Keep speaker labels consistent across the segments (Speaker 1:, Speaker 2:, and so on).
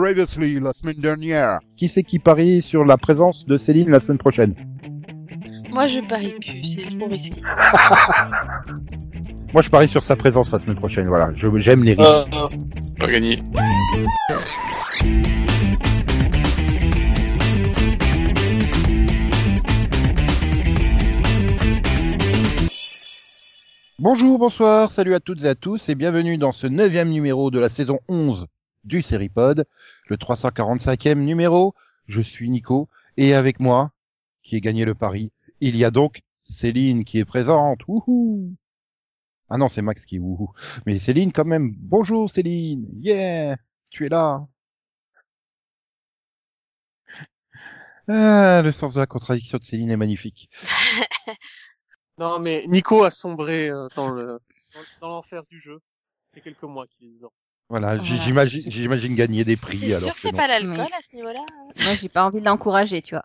Speaker 1: Previously la semaine dernière.
Speaker 2: Qui c'est qui parie sur la présence de Céline la semaine prochaine
Speaker 3: Moi, je parie plus, c'est trop risqué.
Speaker 2: Moi, je parie sur sa présence la semaine prochaine, voilà. Je- J'aime les risques.
Speaker 4: Euh, Pas gagné.
Speaker 2: Bonjour, bonsoir, salut à toutes et à tous et bienvenue dans ce neuvième numéro de la saison 11 du Seripod, le 345e numéro. Je suis Nico et avec moi, qui ai gagné le pari, il y a donc Céline qui est présente. Wouhou Ah non, c'est Max qui est wouhou. Mais Céline quand même. Bonjour Céline. Yeah, tu es là. Ah, le sens de la contradiction de Céline est magnifique.
Speaker 5: Non, mais Nico a sombré euh, dans le dans, dans l'enfer du jeu. C'est quelques mois qu'il est dedans.
Speaker 2: Voilà, j-
Speaker 3: Voilà.
Speaker 2: j'imagine, j'imagine gagner des prix.
Speaker 3: T'es sûr
Speaker 2: alors
Speaker 3: que c'est
Speaker 2: non.
Speaker 3: pas l'alcool à ce niveau-là
Speaker 6: Moi, j'ai pas envie de l'encourager, tu vois.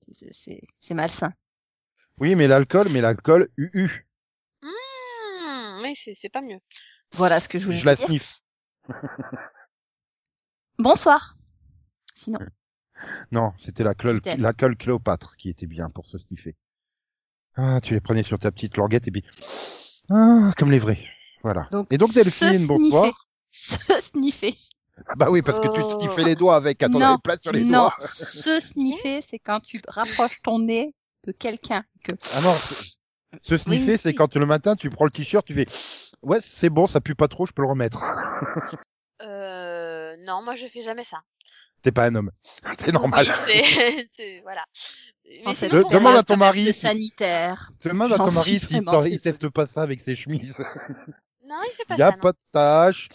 Speaker 6: C'est- c'est- C'est c'est malsain.
Speaker 2: Oui, mais l'alcool, mais l'alcool, UU.
Speaker 3: Hmm, Oui, c'est c'est pas mieux.
Speaker 6: Voilà ce que je voulais
Speaker 2: Je la
Speaker 6: dire.
Speaker 2: sniffe.
Speaker 6: Bonsoir. Sinon,
Speaker 2: Non, c'était la clol,
Speaker 6: C'était elle.
Speaker 2: la colle Cléopâtre qui était bien pour se sniffer. Ah, tu les prenais sur ta petite languette et puis, ah, comme les vrais. Voilà.
Speaker 6: Donc,
Speaker 2: et donc
Speaker 6: se
Speaker 2: Delphine, bonsoir.
Speaker 6: se sniffer.
Speaker 2: Ah Bah oui, parce que tu
Speaker 3: Oh.
Speaker 2: sniffais les doigts avec, attends,
Speaker 6: Non,
Speaker 2: les places sur les
Speaker 6: non,
Speaker 2: doigts.
Speaker 6: se sniffer, c'est quand tu rapproches ton nez de quelqu'un. Que...
Speaker 2: Ah non, se se sniffer,
Speaker 6: Oui,
Speaker 2: c'est
Speaker 6: si.
Speaker 2: quand le matin tu prends le t-shirt, tu fais, ouais, c'est bon, ça pue pas trop, je peux le remettre.
Speaker 3: Euh, non, moi je fais jamais ça.
Speaker 2: T'es pas un homme. T'es normal.
Speaker 3: Oui, c'est- c'est- voilà. Mais
Speaker 6: En fait,
Speaker 3: sinon,
Speaker 2: de-
Speaker 3: pour
Speaker 6: on
Speaker 2: demande
Speaker 3: moi-
Speaker 6: parle
Speaker 2: à ton
Speaker 6: quand même
Speaker 2: mari
Speaker 6: de
Speaker 2: si-
Speaker 6: sanitaire.
Speaker 2: Demande à
Speaker 6: J'en
Speaker 2: ton mari
Speaker 6: suis
Speaker 2: s'il
Speaker 6: vraiment
Speaker 2: il
Speaker 6: désolée.
Speaker 2: teste pas ça avec ses chemises.
Speaker 3: Non, il fait pas
Speaker 2: Y a
Speaker 3: ça. non.
Speaker 2: pas de tâche.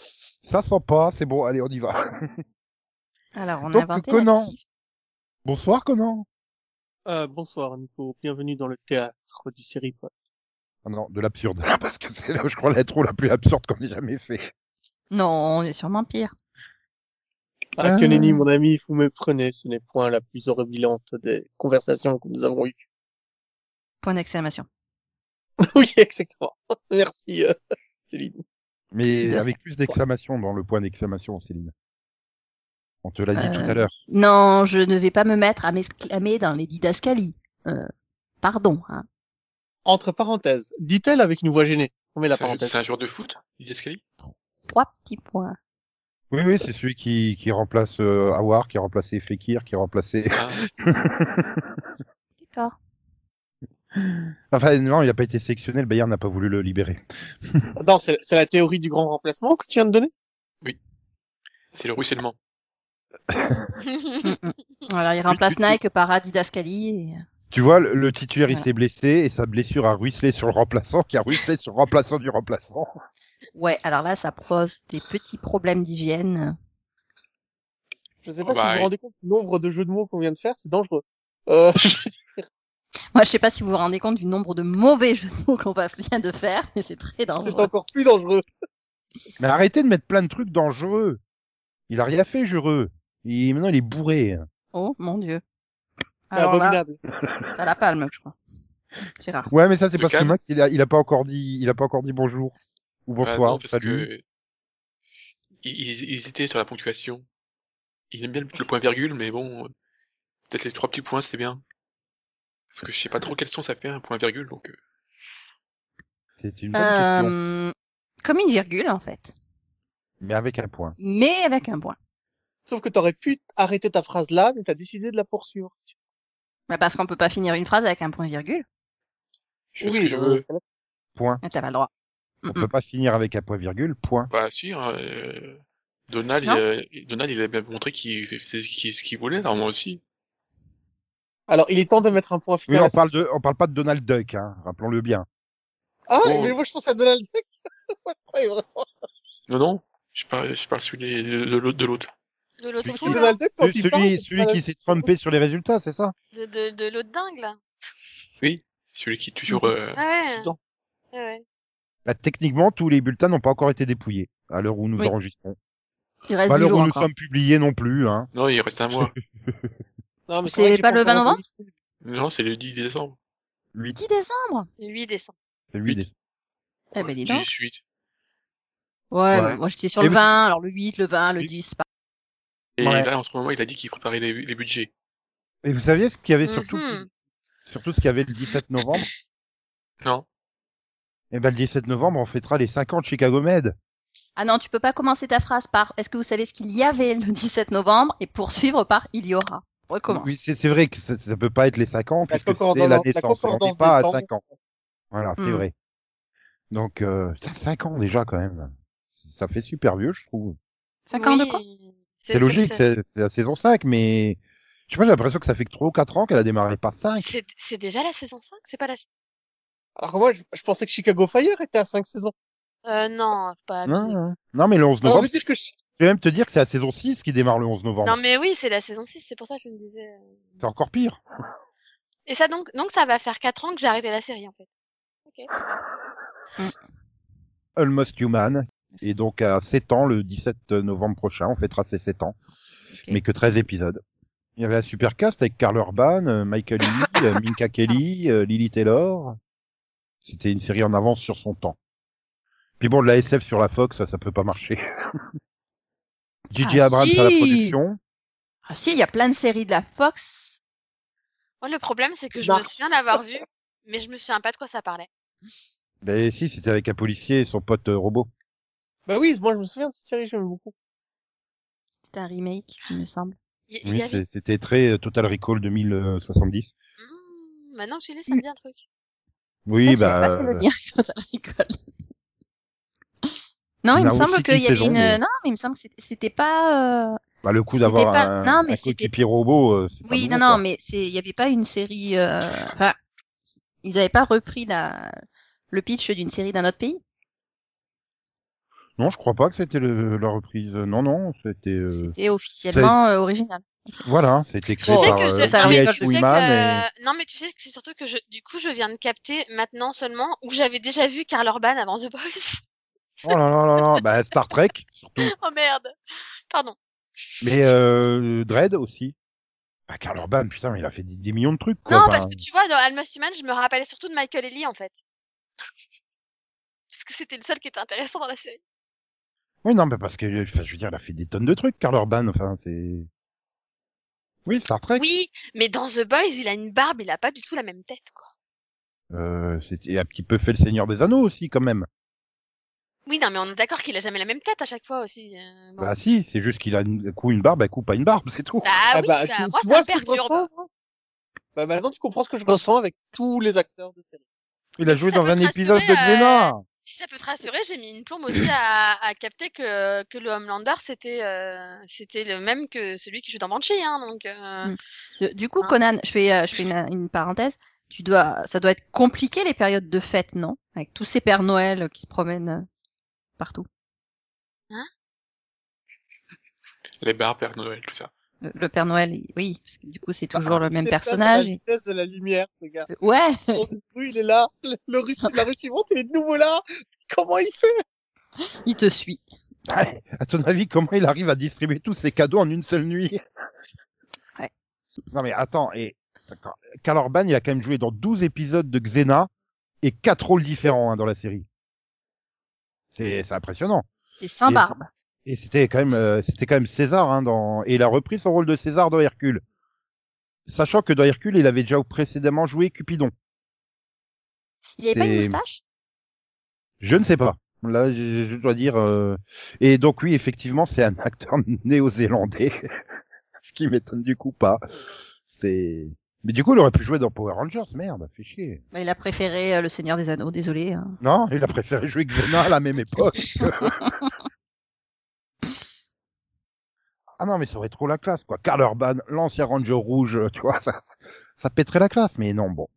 Speaker 2: Ça sent pas, c'est bon, allez, on y va.
Speaker 6: Alors, on
Speaker 2: Donc,
Speaker 6: a inventé
Speaker 2: Conan.
Speaker 6: l'actif.
Speaker 2: Bonsoir, Conan.
Speaker 5: Euh, bonsoir Nico, bienvenue dans le théâtre du série quoi.
Speaker 2: Ah non, de l'absurde. Parce que c'est là, je crois, la trou la plus absurde qu'on ait jamais fait.
Speaker 6: Non, on est sûrement pire.
Speaker 5: Ah,
Speaker 2: Ah.
Speaker 5: que nenni, mon ami, vous me prenez, ce n'est point la plus horripilante des conversations que nous avons eues.
Speaker 6: Point d'exclamation.
Speaker 5: oui, exactement. Merci euh, Céline.
Speaker 2: Mais
Speaker 6: De-
Speaker 2: avec plus d'exclamation dans le point d'exclamation, Céline. On te l'a dit
Speaker 6: Euh.
Speaker 2: tout à l'heure.
Speaker 6: Non, je ne vais pas me mettre à m'exclamer dans les didascalies. Euh, pardon. Hein.
Speaker 5: Entre parenthèses, dit-elle avec une voix gênée. On met la
Speaker 4: C'est un-
Speaker 5: parenthèse.
Speaker 4: c'est un joueur de foot, Didier Scali
Speaker 6: Trois petits points.
Speaker 2: Oui, oui, c'est celui qui, qui remplace euh, Awar, qui a remplacé Fekir, qui a remplacé...
Speaker 4: Ah,
Speaker 6: D'accord.
Speaker 2: Enfin, non, il n'a pas été sélectionné, le Bayern n'a pas voulu le libérer.
Speaker 5: Non, c'est c'est la théorie du grand remplacement que tu viens de donner.
Speaker 4: C'est le ruissellement.
Speaker 6: Mm, mm. Alors, il remplace Nike par Adidas Cali. et-
Speaker 2: Tu vois, le, le titulaire, il
Speaker 6: Voilà.
Speaker 2: s'est blessé, et sa blessure a ruisselé sur le remplaçant, qui a ruisselé sur le remplaçant du remplaçant.
Speaker 6: Ouais, alors là, ça pose des petits problèmes d'hygiène.
Speaker 5: Je sais
Speaker 4: Oh,
Speaker 5: pas si
Speaker 4: bah,
Speaker 5: vous
Speaker 4: et-
Speaker 5: vous rendez compte du nombre de jeux de mots qu'on vient de faire, c'est dangereux. Euh,
Speaker 6: Moi, je sais pas si vous vous rendez compte du nombre de mauvais jeux de mots qu'on va vient de faire, mais c'est très
Speaker 5: c'est
Speaker 6: dangereux.
Speaker 5: encore plus dangereux.
Speaker 2: Mais arrêtez de mettre plein de trucs dangereux. Il a rien fait, Jureux. Il, maintenant, il est bourré.
Speaker 6: Oh mon dieu.
Speaker 5: C'est
Speaker 6: Alors là,
Speaker 5: abominable.
Speaker 6: t'as la palme, je crois. Gérard.
Speaker 2: Ouais, mais ça, c'est
Speaker 4: Te
Speaker 2: parce que
Speaker 4: calme.
Speaker 2: Max, il a, il a pas encore dit, il a pas encore dit bonjour. Ou
Speaker 4: Ah
Speaker 2: bonsoir.
Speaker 4: non, parce
Speaker 2: salut.
Speaker 4: que ils, ils- ils étaient sur la ponctuation. Ils aiment bien le, point virgule, mais bon, euh, peut-être les trois petits points, c'est bien. Parce que je sais pas trop quel son ça fait un point virgule, donc. euh,
Speaker 2: C'est une bonne question.
Speaker 6: Euh, comme une virgule, en fait.
Speaker 2: Mais avec un point.
Speaker 6: Mais avec un point.
Speaker 5: Sauf que t'aurais pu arrêter ta phrase là, mais t'as décidé de la poursuivre.
Speaker 6: Bah, Parce qu'on peut pas finir une phrase avec un point virgule.
Speaker 4: je fais ce que je
Speaker 5: euh,
Speaker 4: veux.
Speaker 2: Point.
Speaker 6: Mais T'as pas le droit.
Speaker 2: On
Speaker 6: Mm,
Speaker 2: peut pas finir avec un point virgule. Point.
Speaker 4: Bah, si, euh, Donald, il,
Speaker 6: Non.
Speaker 4: a- Donald, il a bien montré qu'il faisait ce qu'il ce qu'il voulait, là, moi aussi.
Speaker 5: Alors, il est temps de mettre un point
Speaker 2: Oui,
Speaker 5: final.
Speaker 2: on
Speaker 5: à ça.
Speaker 2: parle de, on parle pas de Donald Duck, hein. Rappelons-le bien.
Speaker 5: Ah,
Speaker 4: Oh.
Speaker 5: mais moi, je pense à Donald Duck. Moi, je croyais vraiment.
Speaker 4: Non, non, je parle, je parle celui de, de l'autre. de l'autre.
Speaker 3: De l'autre
Speaker 2: Celui
Speaker 5: C'est
Speaker 3: fou, là.
Speaker 5: Donald Duck quand Oh, il
Speaker 2: celui,
Speaker 5: parle. euh, c'est
Speaker 2: celui
Speaker 5: pas
Speaker 2: qui s'est trompé sur les résultats, c'est ça?
Speaker 3: De, de, de l'autre dingue, là.
Speaker 4: Celui qui est toujours.
Speaker 6: Mhm.
Speaker 4: euh,
Speaker 3: Ah ouais.
Speaker 4: hésitant.
Speaker 3: ouais, ouais.
Speaker 2: Bah, techniquement, tous les bulletins n'ont pas encore été dépouillés. À l'heure où nous
Speaker 6: Oui.
Speaker 2: enregistrons.
Speaker 6: Il reste
Speaker 2: Pas à
Speaker 6: du
Speaker 2: l'heure
Speaker 6: jour
Speaker 2: où Bah, nous
Speaker 6: encore.
Speaker 2: sommes publiés non plus, hein.
Speaker 4: Non, il reste un mois.
Speaker 5: Non, mais
Speaker 6: C'est
Speaker 5: vrai que j'ai
Speaker 6: pas le
Speaker 5: encore
Speaker 6: 20 novembre
Speaker 5: entendu.
Speaker 4: non, c'est le 10 décembre.
Speaker 2: 8,
Speaker 6: 10 décembre.
Speaker 3: Le 8 décembre.
Speaker 2: c'est 8
Speaker 4: Huit.
Speaker 6: Eh ben, dis donc.
Speaker 4: 18.
Speaker 6: Ouais,
Speaker 2: Ouais.
Speaker 6: moi j'étais sur
Speaker 2: Et
Speaker 6: le
Speaker 2: vous-
Speaker 6: 20, alors le 8, le 20, le
Speaker 2: Oui.
Speaker 6: 10, c'est pas
Speaker 4: Et
Speaker 2: Ouais.
Speaker 4: là, en ce moment, il a dit qu'il préparait les, les budgets.
Speaker 2: Et vous saviez ce qu'il y avait surtout,
Speaker 3: Mhm.
Speaker 2: surtout ce qu'il y avait le 17 novembre
Speaker 4: Non.
Speaker 2: Eh ben, le 17 novembre, on fêtera les 50 Chicago Med.
Speaker 6: Ah non, tu peux pas commencer ta phrase par est-ce que vous savez ce qu'il y avait le 17 novembre et poursuivre par il y aura. Recommence.
Speaker 2: Oui, c'est c'est vrai que ça, ça peut pas être les 50
Speaker 5: La
Speaker 2: parce que c'est la
Speaker 5: concordance- la
Speaker 2: naissance. On n'est
Speaker 5: concordance
Speaker 2: pas à
Speaker 5: des temps.
Speaker 2: 5 ans. Voilà, c'est
Speaker 6: Hmm.
Speaker 2: vrai. Donc, euh, 5 ans déjà quand même. Ça fait super vieux, je trouve.
Speaker 6: 5 ans de
Speaker 3: Oui,
Speaker 6: quoi
Speaker 2: C'est logique, c'est c'est la saison 5, mais je sais pas, j'ai l'impression que ça fait que 3 ou 4 ans qu'elle a démarré par 5.
Speaker 3: C'est c'est déjà la saison 5 C'est pas la.
Speaker 5: Alors que moi, je, je pensais que Chicago Fire était à 5 saisons.
Speaker 3: Euh, non, faut pas
Speaker 2: Non,
Speaker 3: abusé.
Speaker 2: non. non, mais le 11
Speaker 5: Alors, on
Speaker 2: novembre,
Speaker 5: veut dire que je-
Speaker 2: je vais même te dire que c'est la saison 6 qui démarre le 11 novembre.
Speaker 3: Non, mais oui, c'est la saison 6, c'est pour ça que je me disais. euh.
Speaker 2: C'est encore pire.
Speaker 3: Et ça donc, donc ça va faire 4 ans que j'ai arrêté la série en fait.
Speaker 2: Almost Human. Et donc, à 7 ans, le 17 novembre prochain, on fêtera ses 7 ans. Mais que 13 épisodes. Il y avait un super cast avec Carl Urban, euh, Michael Lee, euh, Minka Kelly, euh, Lily Taylor. C'était une série en avance sur son temps. Puis bon, de la SF sur la Fox, ça, ça peut pas marcher. Gigi
Speaker 6: Ah,
Speaker 2: Abrams à la
Speaker 6: si
Speaker 2: production.
Speaker 6: Ah si, il y a plein de séries de la Fox.
Speaker 3: Moi, Oh, le problème, c'est que je
Speaker 5: Marc.
Speaker 3: me souviens l'avoir vu, mais je me souviens pas de quoi ça parlait.
Speaker 2: Ben si, c'était avec un policier et son pote euh, robot.
Speaker 5: Bah oui, moi, je me souviens de cette série, j'aime beaucoup.
Speaker 6: C'était un remake, il me semble.
Speaker 3: Il il y,
Speaker 2: Oui,
Speaker 3: avait.
Speaker 2: c'est- c'était très euh, Total Recall euh, 2070.
Speaker 3: Hmm, maintenant que je l'ai, ça me dit un truc.
Speaker 2: Oui,
Speaker 6: Peut-être que j'ai
Speaker 2: bah
Speaker 6: pas fait le
Speaker 2: euh,
Speaker 6: lien avec Total Recall. Non,
Speaker 2: Il y
Speaker 6: il
Speaker 2: en
Speaker 6: me
Speaker 2: a
Speaker 6: semble
Speaker 2: aussi
Speaker 6: qu'il
Speaker 2: une
Speaker 6: y avait
Speaker 2: saison,
Speaker 6: une.
Speaker 2: mais-
Speaker 6: Non, mais il me semble que c'était- c'était pas. euh,
Speaker 2: bah, le coup
Speaker 6: c'était
Speaker 2: d'avoir
Speaker 6: pas-
Speaker 2: un,
Speaker 6: non, mais
Speaker 2: un
Speaker 6: c'était-
Speaker 2: coéquipier robot. euh, c'est pas
Speaker 6: Oui,
Speaker 2: nouveau,
Speaker 6: non, non,
Speaker 2: quoi.
Speaker 6: mais c'est, il n'y avait pas une série. euh, Enfin, ils n'avaient pas repris la le pitch d'une série d'un autre pays.
Speaker 2: Non, je crois pas que c'était le- la reprise. Non, non, c'était euh,
Speaker 6: C'était officiellement euh, original.
Speaker 2: voilà, c'était
Speaker 3: Tu
Speaker 2: créé
Speaker 3: sais
Speaker 2: par
Speaker 3: que
Speaker 2: euh,
Speaker 3: je...
Speaker 6: Total
Speaker 3: non, mais
Speaker 2: T.H.
Speaker 6: Recall,
Speaker 3: tu sais
Speaker 2: Wyman
Speaker 3: que-
Speaker 2: et-
Speaker 3: Non, mais tu sais que c'est surtout que je... du coup, je viens de capter maintenant seulement où j'avais déjà vu Karl Urban avant The Boys.
Speaker 2: Oh là là là là, bah Star Trek surtout,
Speaker 3: oh merde. Pardon.
Speaker 2: mais euh, Dread aussi. Bah Karl Urban, putain, mais il a fait des, des millions de trucs quoi.
Speaker 3: non,
Speaker 2: enfin,
Speaker 3: parce que tu vois, dans Almost Human, je me rappelais surtout de Michael Ellie en fait. parce que c'était le seul qui était intéressant dans la série.
Speaker 2: Oui, non, mais parce que enfin, je veux dire, il a fait des tonnes de trucs Karl Urban. Enfin, c'est oui Star Trek.
Speaker 3: Oui, mais dans The Boys, il a une barbe, il a pas du tout la même tête, quoi.
Speaker 2: Euh, c'était un petit peu fait le Seigneur des Anneaux aussi quand même.
Speaker 3: Oui, non, mais on est d'accord qu'il a jamais la même tête à chaque fois aussi. euh, bon.
Speaker 2: Bah si, c'est juste qu'il a une, un coup une barbe, un coup pas une barbe, c'est tout.
Speaker 3: Bah
Speaker 5: Ah
Speaker 3: oui,
Speaker 5: bah,
Speaker 3: bah,
Speaker 5: tu- tu
Speaker 3: moi
Speaker 5: vois
Speaker 3: ça me
Speaker 5: ce que je
Speaker 3: perturbe.
Speaker 5: ressens, moi Bah maintenant, tu comprends ce que je ressens avec tous les acteurs de série.
Speaker 2: Il a joué
Speaker 3: ça
Speaker 2: dans
Speaker 3: peut
Speaker 2: un
Speaker 3: te
Speaker 2: épisode de
Speaker 3: rassurer, euh,
Speaker 2: Glénat.
Speaker 3: Si ça peut te rassurer, j'ai mis une plombe aussi à, à capter que, que le Homelander c'était euh, c'était le même que celui qui joue dans Banshee, hein, donc. euh,
Speaker 6: Mm. Du- Du coup,
Speaker 3: Hein.
Speaker 6: Conan, je fais, euh, je fais une, une parenthèse. Tu dois, ça doit être compliqué les périodes de fête, non Avec tous ces Pères Noël euh, qui se promènent euh, partout.
Speaker 4: Les barbes, Père Noël, tout ça.
Speaker 6: Le, le Père Noël, il- oui, parce que du coup, c'est toujours le même
Speaker 5: C'est face à
Speaker 6: personnage.
Speaker 5: La vitesse de la lumière, les gars.
Speaker 6: et- Ouais.
Speaker 5: Dans une rue, il est là. Le- le rue, la rue suivante, il est de nouveau là. Comment il fait
Speaker 6: Il te suit.
Speaker 2: Ouais. À ton avis, comment il arrive à distribuer tous ces cadeaux en une seule nuit
Speaker 6: Ouais.
Speaker 2: Non mais attends, et d'accord. Karl Urban, il a quand même joué dans 12 épisodes de Xena et quatre rôles différents hein, dans la série. C'est c'est impressionnant.
Speaker 6: Et sans
Speaker 2: Et-
Speaker 6: barbe.
Speaker 2: Et c'était quand même euh, c'était quand même César hein, dans et il a repris son rôle de César dans Hercule. Sachant que dans Hercule, il avait déjà précédemment joué Cupidon.
Speaker 6: Il avait pas une
Speaker 2: c'est-
Speaker 6: moustache
Speaker 2: Je ne sais pas. Là, je, je dois dire. euh, Et donc oui, effectivement, c'est un acteur néo-zélandais, ce qui m'étonne du coup pas. C'est. Mais du coup, il aurait pu jouer dans Power Rangers. Merde, fait chier.
Speaker 6: Bah, Il a préféré euh, le Seigneur des Anneaux. Désolé. hein.
Speaker 2: Non, il a préféré jouer Xena à la même
Speaker 6: Oh.
Speaker 2: époque. ah non, mais ça aurait trop la classe, quoi. Karl Urban, l'ancien Ranger rouge, euh, tu vois, ça, ça pèterait la classe. Mais non, bon.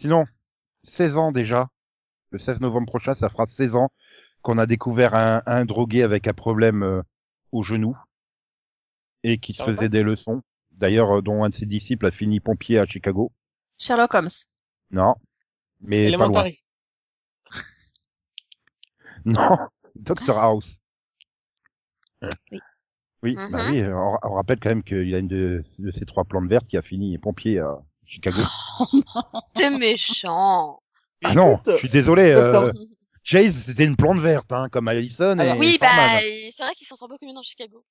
Speaker 2: Sinon, 16 ans déjà. Le 16 novembre prochain, ça fera 16 ans qu'on a découvert un, un drogué avec un problème euh, au genou et qui se
Speaker 5: Sherlock
Speaker 2: faisait des leçons. D'ailleurs, euh, dont un de ses disciples a fini pompier à Chicago.
Speaker 6: Sherlock Holmes.
Speaker 2: Non, mais pas
Speaker 5: Élément
Speaker 2: loin.
Speaker 5: Paris.
Speaker 2: Non, Dr House.
Speaker 6: Oui.
Speaker 2: Oui,
Speaker 3: Mhm.
Speaker 2: bah oui, on, on rappelle quand même qu'il a une de, de ces trois plantes vertes qui a fini pompier à Chicago.
Speaker 3: T'es méchant.
Speaker 2: ah non,
Speaker 5: écoute,
Speaker 2: je suis désolé. Euh,
Speaker 5: Dr.
Speaker 2: Chase, c'était une plante verte, hein, comme Allison et
Speaker 5: Alors,
Speaker 3: bah,
Speaker 2: Foreman.
Speaker 3: euh, oui, bah, il- c'est vrai qu'il s'en sort beaucoup mieux dans Chicago.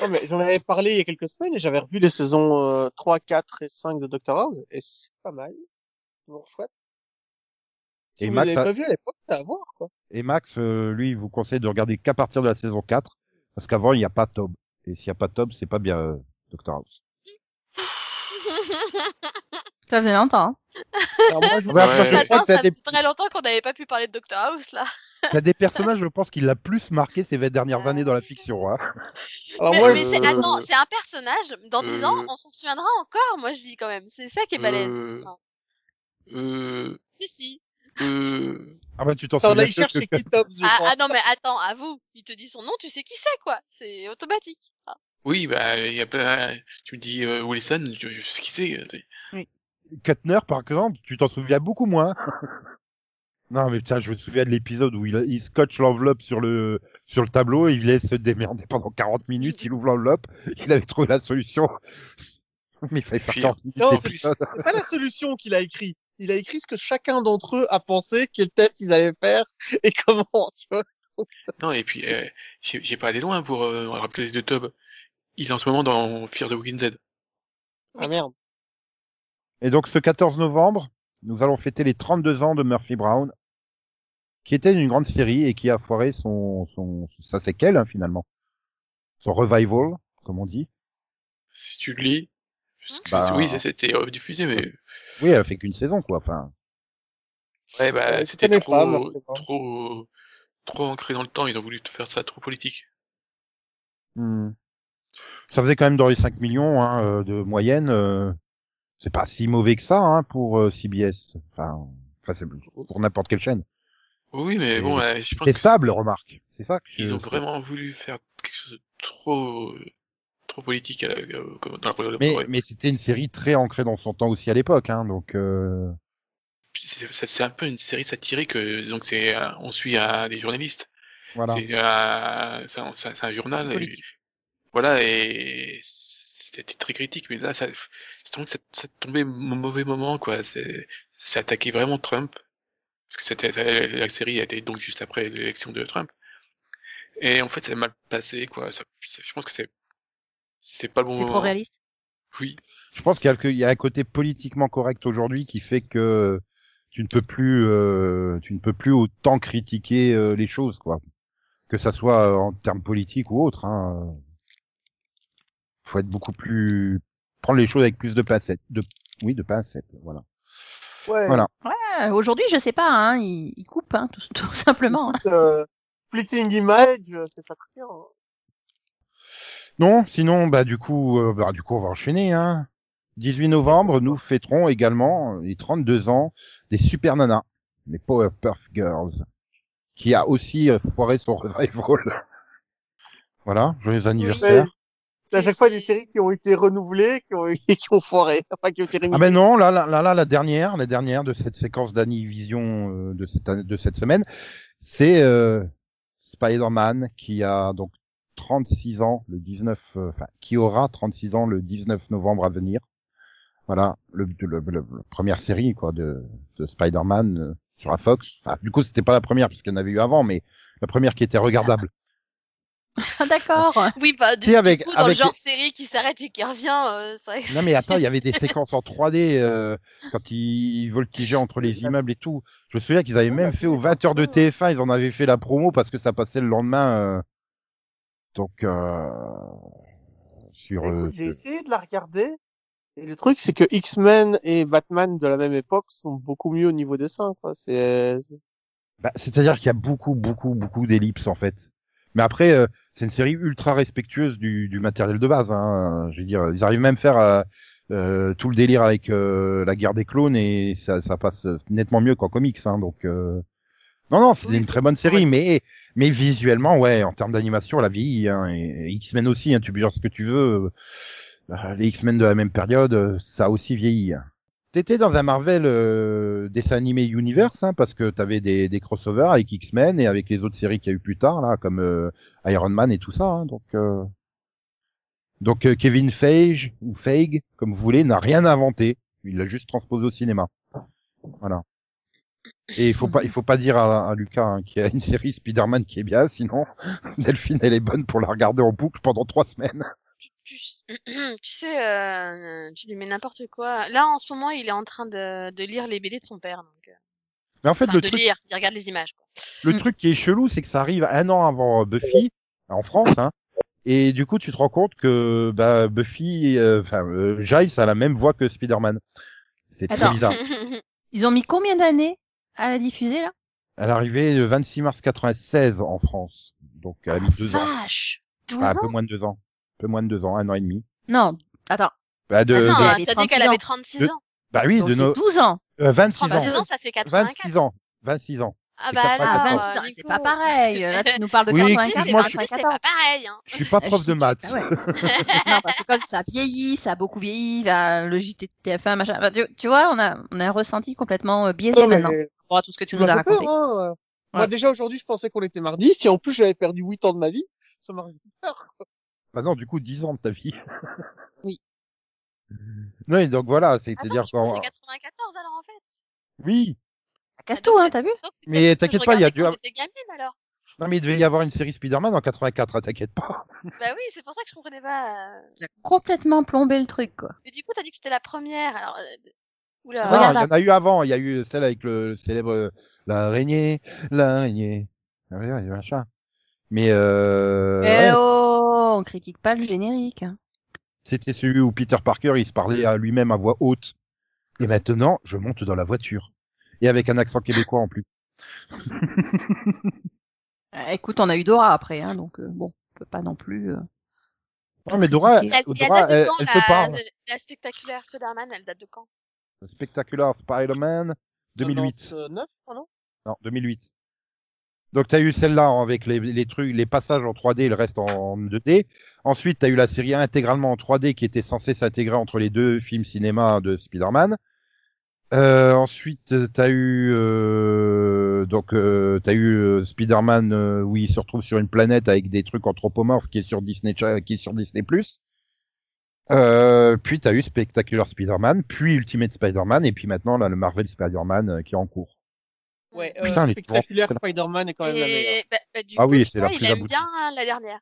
Speaker 5: Non, mais j'en avais parlé il y a quelques semaines et j'avais revu les saisons euh, 3, 4 et 5 de Doctor House et c'est pas mal. Toujours chouette. Si
Speaker 2: Et
Speaker 5: vous
Speaker 2: Max
Speaker 5: l'avez
Speaker 2: a-
Speaker 5: pas vu à l'époque, c'est à voir, quoi.
Speaker 2: Et Max, euh, lui, il vous conseille de regarder qu'à partir de la saison 4, parce qu'avant, il n'y a pas Tob. Et s'il n'y a pas Tob, c'est pas bien euh, Doctor House.
Speaker 6: Ça faisait longtemps. hein.
Speaker 5: Alors moi, je vous
Speaker 2: Ouais,
Speaker 4: après,
Speaker 5: Ah bah, je vous
Speaker 4: je
Speaker 2: sais
Speaker 3: Attends,
Speaker 2: que t'as
Speaker 3: ça
Speaker 2: des-
Speaker 3: fait très longtemps qu'on n'avait pas pu parler de Doctor House là.
Speaker 2: T'as des personnages, je pense, qui l'a plus marqué ces vingt dernières années dans la fiction. Hein.
Speaker 5: Alors
Speaker 3: mais
Speaker 5: Bah, moi,
Speaker 3: mais
Speaker 5: je-
Speaker 3: c'est attends, c'est un personnage. Dans 10 ans,
Speaker 4: Euh.
Speaker 3: on s'en souviendra encore. Moi, je dis quand même. C'est ça qui est balèze.
Speaker 4: Euh,
Speaker 3: Enfin,
Speaker 4: euh,
Speaker 3: si si.
Speaker 4: euh,
Speaker 2: Ah bah tu t'en
Speaker 5: Attends,
Speaker 2: souviens
Speaker 5: là,
Speaker 2: plus
Speaker 5: il cherche
Speaker 2: que-
Speaker 5: chez qui Tops, je
Speaker 3: Ah,
Speaker 5: crois.
Speaker 3: ah, non mais attends, à vous. Il te dit son nom, tu sais qui c'est quoi. C'est automatique. Ah.
Speaker 4: oui, bah, il y a pas, tu me dis euh, Wilson, je, je sais qui c'est. euh, t'es-
Speaker 2: Kuttner, par exemple, tu t'en souviens beaucoup moins. non, mais putain, je me souviens de l'épisode où il, il scotche l'enveloppe sur le sur le tableau, il laisse se démerder pendant 40 minutes, il ouvre l'enveloppe, il avait trouvé la solution. mais il fallait faire
Speaker 4: Puis-
Speaker 2: 40 minutes
Speaker 5: Non,
Speaker 2: d'épisode.
Speaker 3: ah.
Speaker 5: C'est pas la solution qu'il a écrit. Il a écrit ce que chacun d'entre eux a pensé, quel test ils allaient faire et comment, tu vois.
Speaker 4: Non, et puis, euh, j'ai j'ai pas allé loin pour euh, rappeler de Tob. Il est en ce moment dans Fear the Walking Dead.
Speaker 5: Ah merde.
Speaker 2: Et donc ce 14 novembre, nous allons fêter les 32 ans de Murphy Brown, qui était une grande série et qui a foiré son, son sa séquelle hein, finalement, son revival, comme on dit.
Speaker 4: Si tu le lis, parce que-
Speaker 2: Bah.
Speaker 4: oui, ça, c'était euh, diffusé, mais
Speaker 2: Oui, elle a fait qu'une saison quoi. Enfin,
Speaker 4: ouais,
Speaker 5: Euh,
Speaker 4: bah,
Speaker 5: je
Speaker 4: c'était
Speaker 5: connais
Speaker 4: trop,
Speaker 5: pas, Murphy Brown.
Speaker 4: trop, trop ancré dans le temps. Ils ont voulu faire ça trop politique.
Speaker 2: hmm. ça faisait quand même dans les 5 millions hein, euh, de moyenne. euh, c'est pas si mauvais que ça hein, pour euh, CBS. Enfin, enfin c'est pour n'importe quelle chaîne.
Speaker 4: Oui, mais
Speaker 2: C'est-
Speaker 4: bon, euh, je pense
Speaker 2: C'est
Speaker 4: que
Speaker 2: stable, remarque. C'est ça. Que je-
Speaker 4: ils ont vraiment voulu faire quelque chose de trop, euh, trop politique à la- euh, comme dans la première
Speaker 2: Mais,
Speaker 4: ouais.
Speaker 2: mais c'était une série très ancrée dans son temps aussi à l'époque, hein, donc. euh,
Speaker 4: Puis C'est ça- c'est un peu une série satirique, euh, donc c'est, euh, on suit euh, des journalistes.
Speaker 2: Voilà.
Speaker 4: C'est euh, c'est un, c'est un- c'est un journal.
Speaker 6: C'est
Speaker 4: et-
Speaker 6: politique.
Speaker 4: voilà, et c'était très critique, mais là, ça, je trouve que ça, ça tombait au mauvais moment, quoi. C'est c'est attaqué vraiment Trump, parce que c'était ça- la série a été donc juste après l'élection de Trump. Et en fait, c'est mal passé, quoi. Ça, ça- je pense que c'est c'était pas le bon
Speaker 6: C'était
Speaker 2: Oh.
Speaker 4: moment.
Speaker 6: trop réaliste.
Speaker 4: Oui.
Speaker 2: Je pense qu'il y a- qu'il y, a un côté politiquement correct aujourd'hui qui fait que tu ne peux plus, euh, tu ne peux plus autant critiquer euh, les choses, quoi. Que ça soit euh, en termes politiques ou autres. Hein. Faut être beaucoup plus, prendre les choses avec plus de pincettes. De... Oui, de pincettes. Voilà.
Speaker 5: Ouais.
Speaker 2: Voilà.
Speaker 6: Ouais, Euh, aujourd'hui, je sais pas, hein, ils, ils coupent, hein, tout, tout simplement. hein.
Speaker 5: Euh, splitting image, euh, c'est ça très bien. hein.
Speaker 2: Non, sinon, bah du coup, euh, bah du coup, on va enchaîner. Hein. 18 novembre, nous fêterons également euh, les 32 ans des Super Nanas, les Powerpuff Girls, qui a aussi euh, foiré son revival. voilà, joyeux anniversaire.
Speaker 5: Ouais. C'est à chaque fois des séries qui ont été renouvelées, qui ont, et qui ont foiré, enfin qui ont été
Speaker 2: Ah
Speaker 5: rémises.
Speaker 2: ben non, là, là, là, là, la dernière, la dernière de cette séquence d'Annivision euh, de cette année- de cette semaine, c'est euh, Spider-Man qui a donc 36 ans le 19, euh, enfin qui aura 36 ans le 19 novembre à venir. Voilà, le, le- le- la première série quoi de, de Spider-Man euh, sur la Fox. Enfin, du coup, c'était pas la première puisqu'il y en avait eu avant, mais la première qui était regardable.
Speaker 6: Ah, D'accord.
Speaker 3: Oui, bah du,
Speaker 2: Si,
Speaker 3: du
Speaker 2: avec-
Speaker 3: coup, dans
Speaker 2: avec-
Speaker 3: le genre série qui s'arrête et qui revient, euh, c'est vrai que
Speaker 2: Non mais attends, il y avait des séquences en 3D euh, quand ils voltigeaient entre les immeubles et tout. Je me souviens qu'ils avaient même fait aux 20 heures de TF1, ils en avaient fait la promo parce que ça passait le lendemain. euh, Donc euh, sur
Speaker 5: Écoute,
Speaker 2: euh,
Speaker 5: J'ai essayé de la regarder. Et le truc, c'est que X-Men et Batman de la même époque sont beaucoup mieux au niveau dessin, quoi. C'est, c'est-
Speaker 2: bah, c'est-à-dire qu'il y a beaucoup beaucoup beaucoup d'ellipses en fait. Mais après euh, c'est une série ultra respectueuse du, du matériel de base. Hein. Je veux dire, ils arrivent même à faire euh, euh, tout le délire avec euh, la guerre des clones et ça, ça passe euh, nettement mieux qu'en comics. Hein, donc euh, non non, c'est
Speaker 5: Oui,
Speaker 2: une
Speaker 5: c'est-
Speaker 2: très bonne série,
Speaker 5: ouais.
Speaker 2: mais mais visuellement ouais, en termes d'animation, elle a vieilli. Hein, et, et X-Men aussi, hein, tu peux dire ce que tu veux. euh, les X-Men de la même période, euh, ça a aussi vieilli. hein. T'étais dans un Marvel euh, dessin animé universe hein, parce que t'avais des, des crossovers avec X-Men et avec les autres séries qu'il y a eu plus tard là, comme euh, Iron Man et tout ça. hein, donc euh, donc euh, Kevin Feige ou Feige, comme vous voulez, n'a rien inventé. Il l'a juste transposé au cinéma. Voilà. Et il faut pas, il faut pas dire à, à Lucas hein, qu'il y a une série Spider-Man qui est bien, sinon Delphine elle est bonne pour la regarder en boucle pendant trois semaines.
Speaker 3: Tu, tu sais, euh, tu lui mets n'importe quoi. Là, en ce moment, il est en train de, de lire les BD de son père. Donc, euh,
Speaker 2: Mais en fait,
Speaker 3: enfin,
Speaker 2: le
Speaker 3: de
Speaker 2: truc,
Speaker 3: lire, il regarde les images. Quoi.
Speaker 2: le
Speaker 6: Mm.
Speaker 2: truc qui est chelou, c'est que ça arrive un an avant euh, Buffy en France, hein. Et du coup, tu te rends compte que bah, Buffy, euh, enfin euh, Giles a la même voix que Spider-Man. C'est très
Speaker 6: Attends.
Speaker 3: Ah
Speaker 2: bizarre.
Speaker 6: Ils ont mis combien d'années à la diffuser là
Speaker 2: Elle est arrivée le 26 mars 96 en France, donc elle a mis deux ans,
Speaker 6: Vache 12
Speaker 2: Enfin, un peu
Speaker 6: ans
Speaker 2: moins de deux ans, un peu moins de deux ans, un an et demi.
Speaker 6: Non, attends.
Speaker 2: Bah, de,
Speaker 3: Ah
Speaker 6: Euh,
Speaker 3: non,
Speaker 2: de-
Speaker 6: elle
Speaker 3: t'as dit
Speaker 6: avait
Speaker 3: qu'elle
Speaker 6: 36 ans.
Speaker 3: avait 36
Speaker 2: De-
Speaker 3: ans.
Speaker 2: bah oui,
Speaker 6: Donc
Speaker 2: de
Speaker 6: c'est
Speaker 2: nos
Speaker 6: 12 ans.
Speaker 2: euh, 26 ans.
Speaker 3: 36 ans, ça fait 84.
Speaker 2: 26 ans. 26 ans.
Speaker 3: Ah
Speaker 2: c'est
Speaker 3: bah
Speaker 2: quatre-vingt-quatorze.
Speaker 3: alors,
Speaker 6: Ah,
Speaker 2: Ah,
Speaker 6: 26 ans,
Speaker 3: euh,
Speaker 6: c'est
Speaker 3: Nico,
Speaker 6: pas pareil. Là, tu nous parles de
Speaker 2: Oui,
Speaker 6: 84 et
Speaker 2: excuse-moi,
Speaker 3: 26,
Speaker 2: je-
Speaker 6: 94.
Speaker 3: c'est pas pareil. Hein.
Speaker 2: Je suis pas prof de maths.
Speaker 6: Ah ouais. non, parce que comme ça vieillit, ça a beaucoup vieilli, enfin, le JT de TF1, machin. Enfin, tu, tu vois, on a, on a un ressenti complètement euh, biaisé
Speaker 2: Oh,
Speaker 5: Non, mais
Speaker 6: maintenant par rapport à tout ce que tu
Speaker 5: tu
Speaker 6: nous as
Speaker 5: m'as fait peur,
Speaker 6: raconté.
Speaker 5: hein. Moi,
Speaker 6: Ouais.
Speaker 5: déjà, aujourd'hui, je pensais qu'on était mardi. Si en plus j'avais perdu 8 ans de ma vie, ça m'aurait fait peur.
Speaker 2: Bah non, du coup, 10 ans de ta vie.
Speaker 6: Oui.
Speaker 2: Non, et donc voilà, c'est-
Speaker 3: Attends,
Speaker 2: c'est-à-dire
Speaker 3: tu
Speaker 2: qu'en...
Speaker 3: c'est 94 alors en fait.
Speaker 2: Oui,
Speaker 6: Ça casse tout, hein, t'as vu
Speaker 3: Donc, c'est
Speaker 2: Mais
Speaker 3: peut-être que
Speaker 2: t'inquiète
Speaker 3: je
Speaker 2: pas, il y a
Speaker 3: regardais
Speaker 2: dû
Speaker 3: quand
Speaker 2: av-
Speaker 3: j'étais gamine alors.
Speaker 2: non mais il devait y avoir une série Spider-Man en 84, hein, t'inquiète pas.
Speaker 3: Bah oui, c'est pour ça que je comprenais pas. euh.
Speaker 6: Ça a complètement plombé le truc, quoi.
Speaker 3: Mais du coup, t'as dit que c'était la première. Alors, euh, oula.
Speaker 2: Non,
Speaker 6: Regarde
Speaker 2: il y
Speaker 6: un-
Speaker 2: en a eu avant, il y a eu celle avec le célèbre euh, l'araignée, l'araignée, l'araignée, Ah machin. Mais euh,
Speaker 6: Eh
Speaker 2: ouais,
Speaker 6: oh, on critique pas le générique. hein.
Speaker 2: c'était celui où Peter Parker, il se parlait à lui-même à voix haute. Et maintenant, je monte dans la voiture. Et avec un accent québécois en plus.
Speaker 6: Euh, écoute, on a eu Dora après, hein, donc euh, bon, on peut pas non plus. euh,
Speaker 2: Non mais Dora,
Speaker 6: critiquer.
Speaker 3: Elle, elle
Speaker 2: Dora,
Speaker 3: date de
Speaker 2: elle,
Speaker 3: quand
Speaker 2: elle hein.
Speaker 3: la,
Speaker 2: te parle.
Speaker 3: la spectaculaire Spider-Man Elle date de quand
Speaker 2: Spectacular Spider-Man 2008.
Speaker 5: 99, oh non?
Speaker 2: Non, 2008. Donc t'as eu celle-là hein, avec les, les trucs, les passages en 3D et le reste en 2D. Ensuite, t'as eu la série intégralement en 3D qui était censée s'intégrer entre les deux films cinéma de Spider-Man. Euh, ensuite, euh, t'as eu euh, donc euh, t'as eu euh, Spider-Man euh, où il se retrouve sur une planète avec des trucs anthropomorphes qui est sur Disney Cha- qui est sur Disney+. Euh, puis t'as eu Spectacular Spider-Man, puis Ultimate Spider-Man et puis maintenant là le Marvel Spider-Man euh, qui est en cours.
Speaker 5: Ouais,
Speaker 3: Mm.
Speaker 5: euh,
Speaker 2: Putain, les
Speaker 5: spectaculaire
Speaker 2: trois.
Speaker 5: Spider-Man est quand même la meilleure.
Speaker 3: Et bah, bah, du
Speaker 2: Ah
Speaker 3: coup,
Speaker 2: oui,
Speaker 3: tu
Speaker 2: c'est
Speaker 3: vois,
Speaker 2: la
Speaker 3: il
Speaker 2: plus
Speaker 3: aime
Speaker 2: aboutie.
Speaker 3: bien hein, la dernière.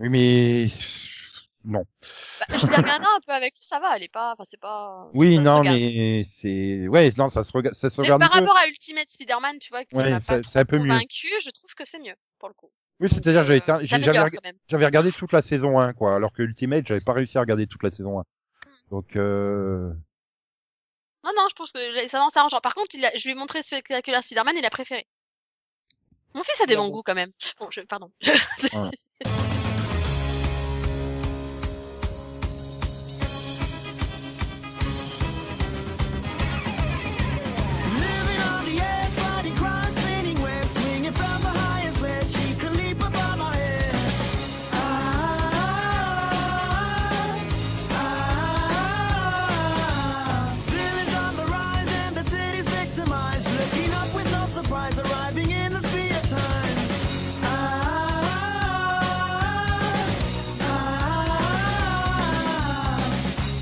Speaker 2: Oui, mais non.
Speaker 3: Bah, je l'ai regardée un peu avec tout, ça va, elle est pas. Enfin, c'est pas.
Speaker 2: Oui,
Speaker 3: ça se
Speaker 2: non,
Speaker 3: regarde.
Speaker 2: mais c'est ouais, non, ça se regarde, ça se
Speaker 3: Mais
Speaker 2: regarde
Speaker 3: par
Speaker 2: un peu.
Speaker 3: rapport à Ultimate Spider-Man, tu vois, qui
Speaker 2: Ouais,
Speaker 3: m'a
Speaker 2: ça-
Speaker 3: pas
Speaker 2: c'est un
Speaker 3: trop
Speaker 2: peu mieux.
Speaker 3: convaincu, je trouve que c'est mieux pour le coup.
Speaker 2: Oui,
Speaker 3: Donc,
Speaker 2: c'est-à-dire
Speaker 3: euh,
Speaker 2: j'avais été-
Speaker 3: ça
Speaker 2: j'ai
Speaker 3: m'améliore,
Speaker 2: jamais
Speaker 3: quand même.
Speaker 2: j'avais regardé toute la saison 1 quoi, alors que Ultimate, j'avais pas réussi à regarder toute la saison 1. Donc euh...
Speaker 3: Non, non, je pense que ça avance arrangeant. Par contre, il a- je lui ai montré Spectacular Spider-Man, il a préféré. Mon fils a des
Speaker 5: Ah
Speaker 3: bons
Speaker 5: bon.
Speaker 3: goûts quand même. Bon, je, pardon.
Speaker 7: Living on the edge, fighting crime, spinning web, swinging from a higher sledge. He could leap above my head. Ah, ah, Villains on the rise and the city's victimized. Looking up with no surprise, arriving in the speed of time. Ah, ah,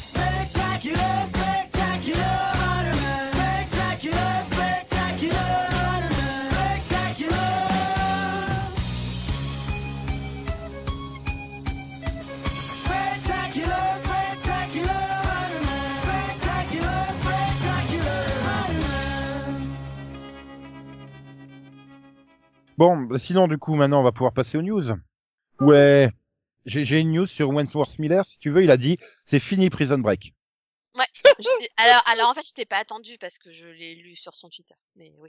Speaker 7: Spectacular, spectacular, Spider-Man. Spectacular, spectacular, Spider-Man. Spectacular. Spectacular, spectacular, Spider-Man. Spectacular, spectacular, Spider-Man.
Speaker 2: bon, bah, sinon du coup maintenant on va pouvoir passer aux news. Ouais, j'ai j'ai une news sur Wentworth Miller si tu veux, il a dit c'est fini Prison Break.
Speaker 3: Ouais. Je- alors, alors en fait, je t'ai pas attendu parce que je l'ai lu sur son Twitter. Mais oui.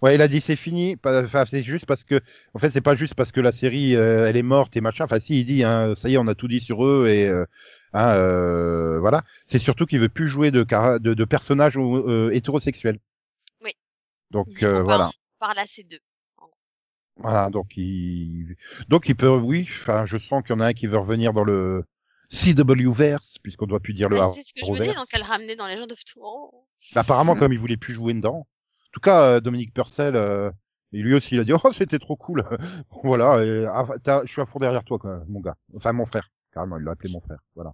Speaker 2: Ouais, il a dit c'est fini. pas- Enfin, c'est juste parce que, en fait, c'est pas juste parce que la série euh, elle est morte et machin. Enfin, si il dit, hein, ça y est, on a tout dit sur eux et euh, hein, euh, voilà. C'est surtout qu'il veut plus jouer de cara- de, de personnages ou- euh, hétérosexuels.
Speaker 3: Oui.
Speaker 2: Donc
Speaker 3: Il
Speaker 2: euh,
Speaker 3: compare-
Speaker 2: voilà,
Speaker 3: Par là, c'est deux.
Speaker 2: voilà. Donc il, donc il peut, oui. Enfin, je sens qu'il y en a un qui veut revenir dans le CW verse puisqu'on doit plus dire le.
Speaker 3: Bah, c'est ce que je me dis,
Speaker 2: Arrowverse.
Speaker 3: donc elle ramenait dans Legend of Tomorrow.
Speaker 2: Bah, apparemment, comme il voulait plus jouer dedans. En tout cas, euh, Dominique Purcell, euh, et lui aussi, il a dit oh c'était trop cool. voilà, euh, ah, t'as- je suis à fond derrière toi, quoi, mon gars. Enfin, mon frère. Carrément, il l'a appelé mon frère. Voilà.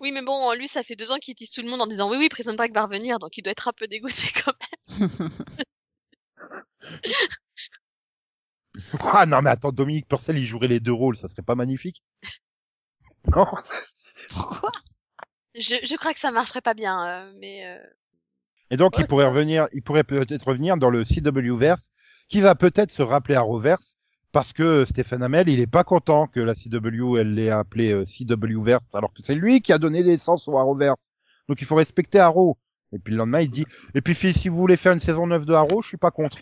Speaker 3: Oui, mais bon, lui, ça fait deux ans qu'il tease tout le monde en disant oui, oui, Prison Break va revenir, donc il doit être un peu dégoûté quand même.
Speaker 2: Ah non, mais attends, Dominique Purcell, il jouerait les deux rôles, ça serait pas magnifique Non,
Speaker 6: Pourquoi
Speaker 3: Je, je crois que ça marcherait pas bien, euh, mais euh,
Speaker 2: Et donc,
Speaker 5: Ouais,
Speaker 2: il pourrait
Speaker 5: ça.
Speaker 2: revenir, il pourrait peut-être revenir dans le CW-verse, qui va peut-être se rappeler à Roverse, parce que Stéphane Hamel, il est pas content que la CW, elle l'ait appelé euh, CW-verse, alors que c'est lui qui a donné naissance au Arrowverse. Donc, il faut respecter Arrow. Et puis, le lendemain, il dit, et puis, fils, si vous voulez faire une saison 9 de Arrow, je suis pas contre.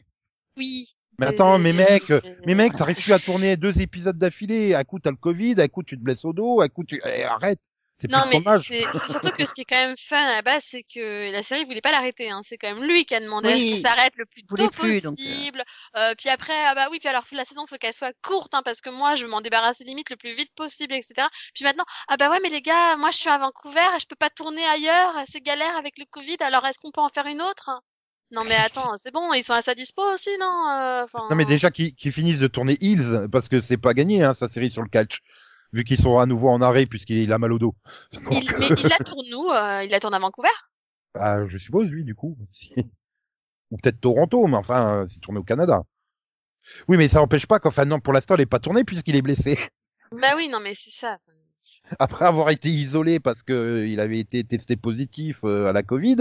Speaker 3: oui.
Speaker 2: Mais attends,
Speaker 3: Euh,
Speaker 2: mais mec,
Speaker 3: euh,
Speaker 2: mais mec, t'arrives plus à tourner deux épisodes d'affilée. À coup, t'as le Covid, à coup, tu te blesses au dos, à coup, tu, Eh, arrête. C'est plus
Speaker 3: Non, mais
Speaker 2: ton âge.
Speaker 3: c'est c'est surtout que ce qui est quand même fun à la base, c'est que la série voulait pas l'arrêter. Hein. C'est quand même lui qui a demandé
Speaker 6: Oui,
Speaker 3: à ce qu'on s'arrête le plus
Speaker 6: il
Speaker 3: tôt
Speaker 6: voulait plus, donc, euh.
Speaker 3: possible. Euh, puis après, ah bah oui, puis alors la saison, faut qu'elle soit courte, hein, parce que moi, je veux m'en débarrasser limite le plus vite possible, etc. Puis maintenant, ah bah ouais, mais les gars, moi, je suis à Vancouver, je peux pas tourner ailleurs, c'est galère avec le Covid. Alors est-ce qu'on peut en faire une autre Non, mais attends, c'est bon, ils sont à sa dispo aussi, non Euh, enfin,
Speaker 2: Non, mais déjà, qu'ils qu'ils finissent de tourner Hills, parce que c'est pas gagné, hein, sa série sur le catch. Vu qu'ils sont à nouveau en arrêt, puisqu'il a mal au dos. Donc,
Speaker 3: Il, mais il la tourne où euh, Il la tourne à Vancouver
Speaker 2: bah, je suppose, lui, du coup. si- Ou peut-être Toronto, mais enfin, euh, c'est tourné au Canada. Oui, mais ça empêche pas qu'enfin, non, pour l'instant, elle est pas tournée, puisqu'il est blessé.
Speaker 3: Bah oui, non, mais c'est ça.
Speaker 2: après avoir été isolé parce que euh, il avait été testé positif euh, à la Covid,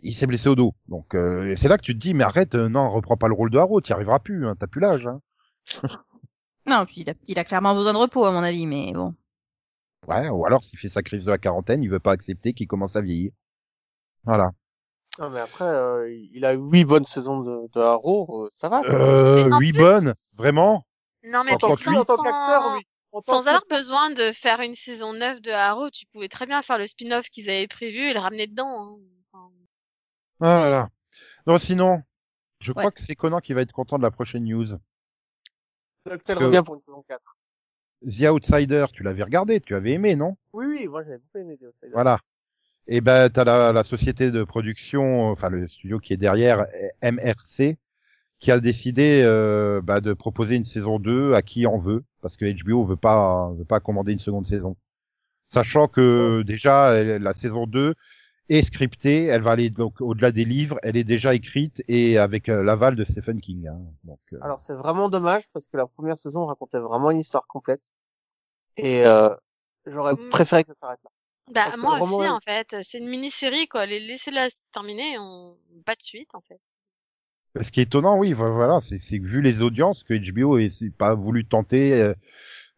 Speaker 2: il s'est blessé au dos. Donc euh, et c'est là que tu te dis mais arrête, euh, non, reprends pas le rôle de Haro, t'y arriveras plus, hein, t'as plus l'âge. Hein.
Speaker 6: Non, puis il a, il a clairement besoin de repos, à mon avis, mais bon.
Speaker 2: Ouais, ou alors s'il fait sa crise de la quarantaine, il veut pas accepter qu'il commence à vieillir. Voilà.
Speaker 5: Non, mais après, euh, il a huit bonnes saisons de, de Arrow, euh, ça va. quoi.
Speaker 2: Euh,
Speaker 3: Mais en
Speaker 2: oui,
Speaker 3: plus-
Speaker 2: bonne, vraiment.
Speaker 3: Non, mais
Speaker 5: en, tant que-
Speaker 3: putain,
Speaker 5: en tant
Speaker 3: sans-
Speaker 5: qu'acteur, oui. En tant
Speaker 3: Sans
Speaker 5: que-
Speaker 3: avoir besoin de faire une saison 9 de Arrow, tu pouvais très bien faire le spin-off qu'ils avaient prévu et le ramener dedans. hein. Enfin,
Speaker 2: Ah là là. Non, sinon, je crois
Speaker 6: Ouais.
Speaker 2: que c'est Conan qui va être content de la prochaine news.
Speaker 5: Cocktail
Speaker 2: que-
Speaker 5: revient pour une saison 4.
Speaker 2: The Outsider, tu l'avais regardé, tu avais aimé, non
Speaker 5: Oui, oui, moi j'avais beaucoup aimé The Outsider.
Speaker 2: Voilà. Et ben t'as la, la société de production, enfin le studio qui est derrière eh, MRC, qui a décidé euh, bah, de proposer une saison 2 à qui en veut, parce que HBO veut pas veut pas commander une seconde saison, sachant que déjà euh, la saison 2 est scriptée, elle va aller donc au-delà des livres, elle est déjà écrite et avec euh, l'aval de Stephen King. hein. donc euh,
Speaker 5: Alors c'est vraiment dommage parce que la première saison racontait vraiment une histoire complète et euh, j'aurais
Speaker 3: Mm.
Speaker 5: préféré que ça s'arrête là.
Speaker 3: Bah,
Speaker 5: Parce que
Speaker 3: moi
Speaker 5: vraiment,
Speaker 3: aussi,
Speaker 5: elle-
Speaker 3: en fait. C'est une mini-série, quoi. Les- Laissez-la se terminer, on pas de suite, en fait.
Speaker 2: Ce qui est étonnant, oui, vo- voilà, c'est c'est que vu les audiences que HBO n'a pas voulu tenter, euh,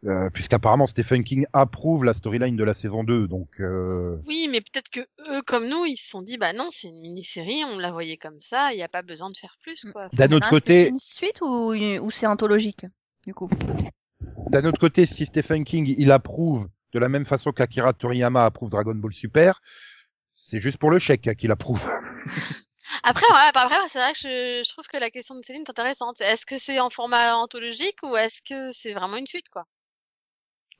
Speaker 2: euh, puisqu'apparemment Stephen King approuve la storyline de la saison 2, donc euh,
Speaker 3: Oui, mais peut-être que eux, comme nous, ils se sont dit, bah non, c'est une mini-série, on la voyait comme ça, il n'y a pas besoin de faire plus,
Speaker 5: Mmh.
Speaker 3: quoi.
Speaker 2: d'un
Speaker 6: Alors,
Speaker 2: autre
Speaker 6: est-ce que Eh
Speaker 2: côté,
Speaker 6: ben, C'est une suite ou, une- ou c'est anthologique, du coup
Speaker 2: d'un autre côté, si Stephen King il approuve de la même façon qu'Akira Toriyama approuve Dragon Ball Super, c'est juste pour le chèque hein, qu'il approuve.
Speaker 3: Après, ouais, bah, après, c'est vrai que je, je trouve que la question de Céline est intéressante. Est-ce que c'est en format anthologique ou est-ce que c'est vraiment une suite, quoi?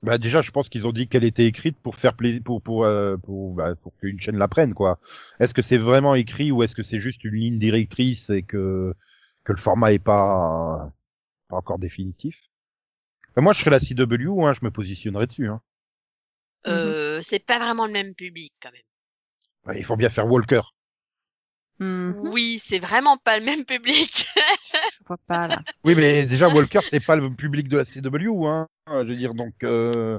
Speaker 2: Bah déjà, je pense qu'ils ont dit qu'elle était écrite pour faire plaisir, pour pour euh, pour, bah, pour qu'une chaîne la prenne quoi. Est-ce que c'est vraiment écrit ou est-ce que c'est juste une ligne directrice et que que le format est pas euh, pas encore définitif Bah, Moi, je serais la CW, hein, je me positionnerais dessus. Hein.
Speaker 5: Mmh
Speaker 6: Mhm.
Speaker 3: Euh, c'est pas vraiment le même public, quand même.
Speaker 2: Bah, il faut bien faire Walker.
Speaker 6: Hmm,
Speaker 3: Oui, c'est vraiment pas le même public.
Speaker 6: Je vois pas, là.
Speaker 2: Oui, mais déjà Walker, c'est pas le public de la CW, hein. Je veux dire donc. euh,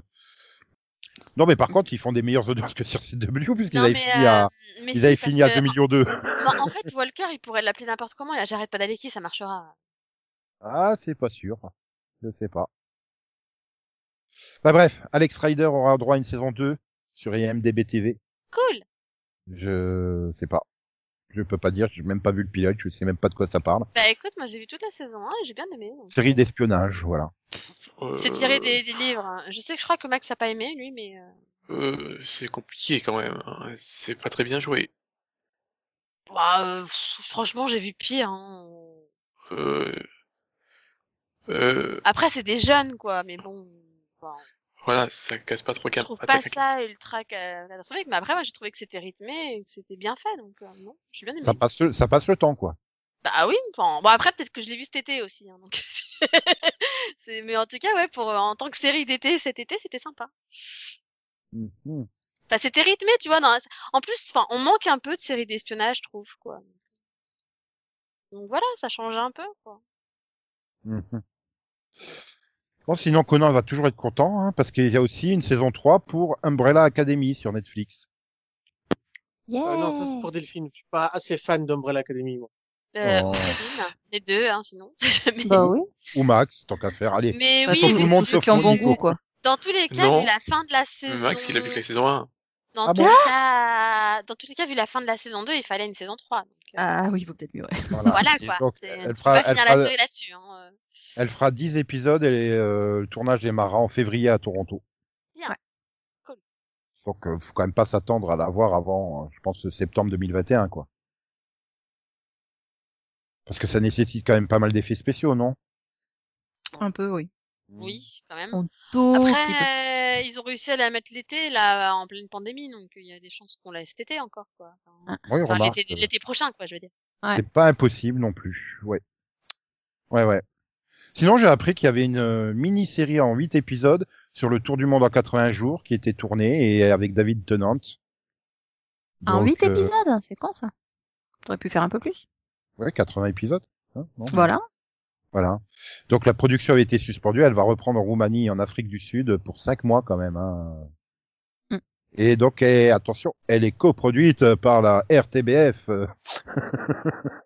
Speaker 2: Non, mais par contre, ils font des meilleures audiences que sur CW puisqu'ils
Speaker 3: Non,
Speaker 2: avaient
Speaker 3: mais,
Speaker 2: fini à
Speaker 3: euh, mais
Speaker 2: ils
Speaker 3: si,
Speaker 2: avaient
Speaker 3: parce
Speaker 2: fini à
Speaker 3: que-
Speaker 2: 2 millions d'eux.
Speaker 3: Non, en fait, Walker, il pourrait l'appeler n'importe comment. et à J'arrête pas d'aller qui, ça marchera.
Speaker 2: Ah, c'est pas sûr. Je sais pas. Bah bref, Alex Ryder aura droit à une saison 2 sur IMDB TV.
Speaker 3: Cool.
Speaker 2: Je sais pas. Je peux pas dire, j'ai même pas vu le pilote, je sais même pas de quoi ça parle.
Speaker 3: Bah écoute, moi j'ai vu toute la saison 1 et j'ai bien aimé. donc.
Speaker 2: Série d'espionnage, voilà.
Speaker 4: Euh,
Speaker 3: C'est tiré des, des livres. hein. Je sais que je crois que Max a pas aimé lui, mais euh,
Speaker 4: euh, c'est compliqué quand même. hein. C'est pas très bien joué.
Speaker 3: bah, euh, pff, franchement j'ai vu pire. hein.
Speaker 4: Euh... Euh...
Speaker 3: Après c'est des jeunes quoi, mais bon. enfin,
Speaker 4: Voilà, ça casse pas trop
Speaker 3: je
Speaker 4: cap.
Speaker 3: trouve
Speaker 4: attaque
Speaker 3: pas
Speaker 4: à-
Speaker 3: ça ultra ca- catastrophique, mais après moi j'ai trouvé que c'était rythmé et que c'était bien fait, donc euh, non, j'ai bien aimé.
Speaker 2: Ça passe, le- ça passe le temps, quoi.
Speaker 3: Bah oui, enfin, bon après peut-être que je l'ai vu cet été aussi, hein, donc. c'est- euh, mais en tout cas ouais, pour en tant que série d'été cet été c'était sympa.
Speaker 2: Mhm.
Speaker 3: Enfin, c'était rythmé, tu vois. Dans... En plus, enfin, on manque un peu de séries d'espionnage, je trouve, quoi. Donc voilà, ça change un peu, quoi.
Speaker 2: Mhm. Bon, sinon Conan va toujours être content, hein, parce qu'il y a aussi une saison 3 pour Umbrella Academy sur Netflix.
Speaker 6: Yeah.
Speaker 5: Ah non, ça c'est pour Delphine. Je suis pas assez fan d'Umbrella Academy, moi.
Speaker 3: Euh,
Speaker 2: Oh.
Speaker 3: ou Kevin, les deux, hein, sinon. c'est jamais-
Speaker 6: Bah oui.
Speaker 2: Ou Max, tant qu'à faire. Allez,
Speaker 3: Mais
Speaker 2: Ah,
Speaker 3: oui,
Speaker 6: Bah,
Speaker 2: pour
Speaker 6: tous-
Speaker 2: tout
Speaker 3: mais
Speaker 2: le monde
Speaker 6: tous ceux
Speaker 2: sauf
Speaker 6: qui ont bon
Speaker 2: Monico.
Speaker 6: goût, quoi.
Speaker 3: dans tous les cas,
Speaker 4: Non.
Speaker 3: vu la fin de la saison.
Speaker 4: Max, il a vu que la saison 1.
Speaker 3: Dans,
Speaker 2: Ah
Speaker 3: tous
Speaker 2: bon
Speaker 3: les cas... dans tous les cas, vu la fin de la saison 2, il fallait une saison 3. Donc, euh,
Speaker 6: Ah oui, vaut peut-être mieux. ouais.
Speaker 2: voilà.
Speaker 3: voilà,
Speaker 4: Et
Speaker 3: quoi.
Speaker 2: donc,
Speaker 3: C'est-
Speaker 2: elle
Speaker 3: tu
Speaker 2: fera-
Speaker 3: peux
Speaker 2: elle
Speaker 3: finir
Speaker 2: fera-
Speaker 3: la série là-dessus. Hein. euh.
Speaker 2: Elle fera 10 épisodes et euh, le tournage démarrera en février à Toronto.
Speaker 3: Bien.
Speaker 6: Ouais.
Speaker 3: Cool.
Speaker 2: Donc euh, faut quand même pas s'attendre à la voir avant, euh, je pense, septembre 2021, quoi. Parce que ça nécessite quand même pas mal d'effets spéciaux, non
Speaker 6: Un peu, oui.
Speaker 3: Oui, quand même.
Speaker 6: Un tout petit peu.
Speaker 3: Après, euh, ils ont réussi à la mettre l'été, là, en pleine pandémie, donc il y a des chances qu'on la cet été encore, quoi. Enfin,
Speaker 2: Oui,
Speaker 3: enfin,
Speaker 2: remarque,
Speaker 3: l'été,
Speaker 2: euh,
Speaker 3: l'été prochain, quoi, je veux dire.
Speaker 6: Ouais.
Speaker 2: C'est pas impossible non plus. Ouais. Ouais, ouais. Sinon, j'ai appris qu'il y avait une euh, mini-série en 8 épisodes sur le tour du monde en 80 jours qui était tournée et avec David Tennant.
Speaker 6: En
Speaker 2: Donc,
Speaker 6: 8
Speaker 2: euh,
Speaker 6: épisodes, c'est con ça. J'aurais pu faire un peu plus.
Speaker 2: Ouais, 80 épisodes. hein, non
Speaker 6: Voilà.
Speaker 2: Voilà. Donc la production avait été suspendue, elle va reprendre en Roumanie et en Afrique du Sud pour cinq mois quand même. hein.
Speaker 6: Mm.
Speaker 2: Et donc, eh, attention, elle est coproduite par la RTBF, euh,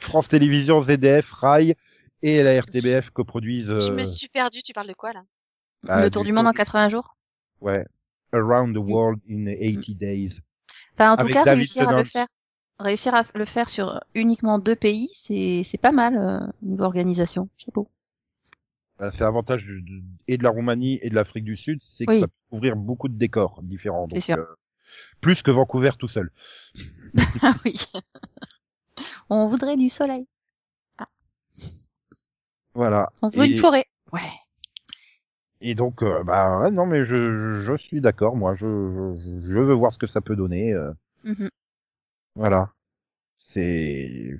Speaker 2: France Télévisions, ZDF, Rai et la RTBF coproduisent
Speaker 3: Je me
Speaker 2: euh,
Speaker 3: suis perdue, tu parles de quoi, là?
Speaker 2: bah,
Speaker 6: le tour du monde en 80 jours.
Speaker 2: Ouais. Around the World in
Speaker 6: Mm.
Speaker 2: 80 Days.
Speaker 6: Enfin, en tout
Speaker 2: Avec
Speaker 6: cas,
Speaker 2: David
Speaker 6: réussir à
Speaker 2: Tennant.
Speaker 6: le faire. Réussir à f- le faire sur uniquement deux pays, c'est c'est pas mal euh, niveau organisation. Chapeau.
Speaker 2: Bah, c'est l'avantage du- du- et de la Roumanie et de l'Afrique du Sud, c'est que
Speaker 6: Oui.
Speaker 2: ça peut couvrir beaucoup de décors différents.
Speaker 6: C'est
Speaker 2: donc,
Speaker 6: sûr.
Speaker 2: euh, plus que Vancouver tout seul.
Speaker 6: Ah oui. On voudrait du soleil.
Speaker 2: Voilà.
Speaker 6: On veut
Speaker 2: Et-
Speaker 6: une forêt. Ouais.
Speaker 2: Et donc, euh, bah ouais, non, mais je, je, je suis d'accord, moi, je, je, je veux voir ce que ça peut donner. euh,
Speaker 6: Mhm.
Speaker 2: voilà. C'est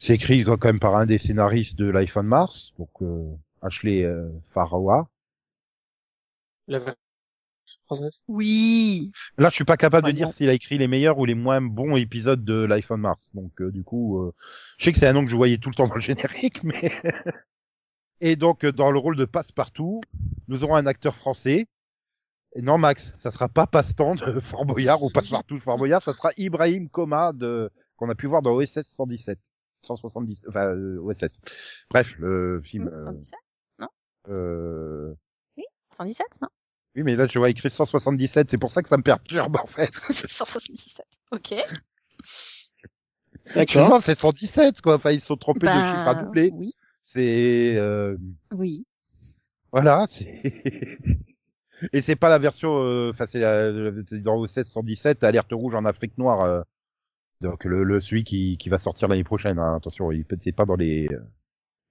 Speaker 2: c'est écrit quand même par un des scénaristes de Life on Mars, donc euh, Ashley euh, Farrowa.
Speaker 5: La ver- française.
Speaker 6: Oui.
Speaker 2: Là, je suis pas capable
Speaker 6: Ouais,
Speaker 2: de dire
Speaker 6: bon.
Speaker 2: s'il a écrit les meilleurs ou les moins bons épisodes de Life on Mars. Donc, euh, du coup, euh, je sais que c'est un nom que je voyais tout le temps dans le générique, mais... Et donc, euh, dans le rôle de Passepartout, nous aurons un acteur français. Et non, Max, ça sera pas Passe-temps de Fort Boyard ou Passepartout de Fort Boyard, ça sera Ibrahim Coma de... qu'on a pu voir dans OSS 117. 170, enfin, euh, OSS. Bref, le film... euh,
Speaker 6: 117
Speaker 2: euh,
Speaker 6: 117, non
Speaker 2: Oui, mais là, je vois écrit 177, c'est pour ça que ça me perturbe, en fait.
Speaker 6: 177. Ok.
Speaker 2: Non, c'est 117, quoi. Enfin, ils se sont trompés de chiffre à
Speaker 6: Ben,
Speaker 2: doubler.
Speaker 6: Oui.
Speaker 2: C'est euh,
Speaker 6: Oui.
Speaker 2: voilà, c'est et c'est pas la version, euh, enfin c'est la- c'est dans OSS 117, alerte rouge en Afrique noire. euh. donc le, le celui qui, qui va sortir l'année prochaine. hein. attention, il peut- c'est pas dans les, euh,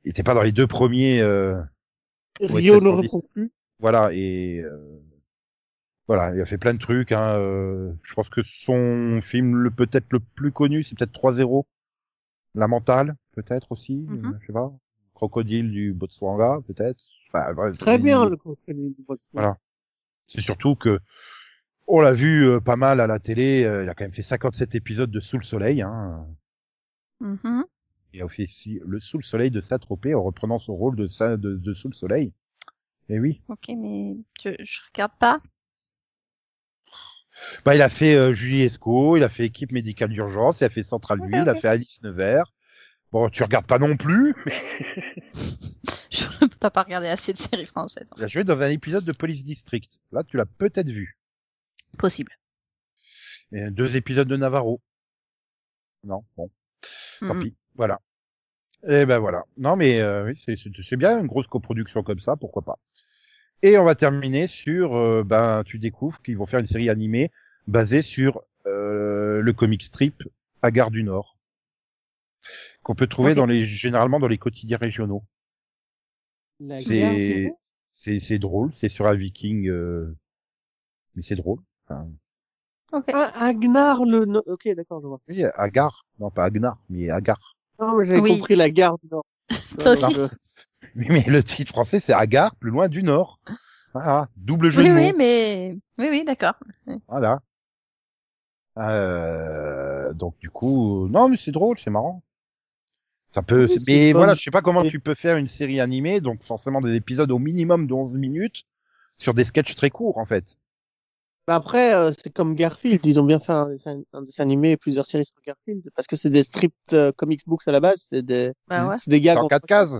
Speaker 2: il était pas dans les deux premiers. euh,
Speaker 5: Rio
Speaker 2: Ouais,
Speaker 5: ne
Speaker 2: 710.
Speaker 5: répond plus.
Speaker 2: voilà et euh, voilà, il a fait plein de trucs. Hein, euh. je pense que son film le peut-être le plus connu, c'est peut-être 3-0, La Mentale, peut-être aussi,
Speaker 6: Mhm.
Speaker 5: Mmh
Speaker 2: euh, je sais pas, Crocodile du Botswana, peut-être. Enfin, bref,
Speaker 5: Très
Speaker 2: il-
Speaker 5: bien, le contenu du Botswana.
Speaker 2: Voilà. C'est surtout que on l'a vu euh, pas mal à la télé. euh, il a quand même fait 57 épisodes de Sous le Soleil. Hein.
Speaker 6: Mhm.
Speaker 2: Il a fait aussi le Sous le Soleil de Satropé en reprenant son rôle de, Sa- de, de Sous le Soleil. Et oui.
Speaker 6: Ok, mais je, je regarde pas.
Speaker 2: Bah, il a fait euh, Julie Esco, il a fait Équipe médicale d'urgence, il a fait Central
Speaker 6: Ok,
Speaker 2: 8, il a
Speaker 6: ok.
Speaker 2: fait Alice Nevers. Bon, tu regardes pas non plus. Mais
Speaker 6: Je t'as pas regardé assez de séries françaises.
Speaker 2: il a joué dans un épisode de Police District. Là, tu l'as peut-être vu.
Speaker 6: Possible.
Speaker 2: Et deux épisodes de Navarro. Non, bon. Tant
Speaker 6: Mhm.
Speaker 2: pis, voilà. Et ben voilà. Non mais euh, oui, c'est- c'est c'est bien une grosse coproduction comme ça, pourquoi pas. Et on va terminer sur euh, ben tu découvres qu'ils vont faire une série animée basée sur euh, le comic strip à Gare du Nord qu'on peut trouver
Speaker 6: Ok.
Speaker 2: dans les généralement dans les quotidiens régionaux.
Speaker 5: La
Speaker 2: C'est-
Speaker 5: guerre du Nord.
Speaker 2: C'est c'est drôle, c'est sur un Viking, euh, mais c'est drôle. Enfin,
Speaker 6: Ok.
Speaker 5: Ah, Agnar, le... no- Ok, d'accord, je vois.
Speaker 2: oui, Agar, non pas Agnar, mais Agar.
Speaker 5: Non, mais j'avais
Speaker 6: Oui.
Speaker 5: compris la gare du Nord.
Speaker 6: Toi aussi.
Speaker 5: Euh,
Speaker 2: Mais, mais le titre français c'est Agar, plus loin du Nord. Voilà, double jeu
Speaker 6: Oui,
Speaker 2: de mots.
Speaker 6: oui, mais oui, oui, d'accord.
Speaker 2: Voilà. Euh, donc du coup, euh, non mais c'est drôle, c'est marrant. Ça peut,
Speaker 5: Oui,
Speaker 2: c'est-
Speaker 5: c'est
Speaker 2: mais
Speaker 5: pas-
Speaker 2: voilà, je sais pas comment
Speaker 5: Et-
Speaker 2: tu peux faire une série animée, donc forcément des épisodes au minimum de 11 minutes sur des sketchs très courts en fait.
Speaker 5: Bah après, euh, c'est comme Garfield. Ils ont bien fait un dessin, un dessin animé et plusieurs séries sur Garfield. Parce que c'est des strips euh, comics books à la base. C'est des,
Speaker 3: Ah
Speaker 6: Bah ouais.
Speaker 5: c'est des gars
Speaker 2: C'est en quatre cases.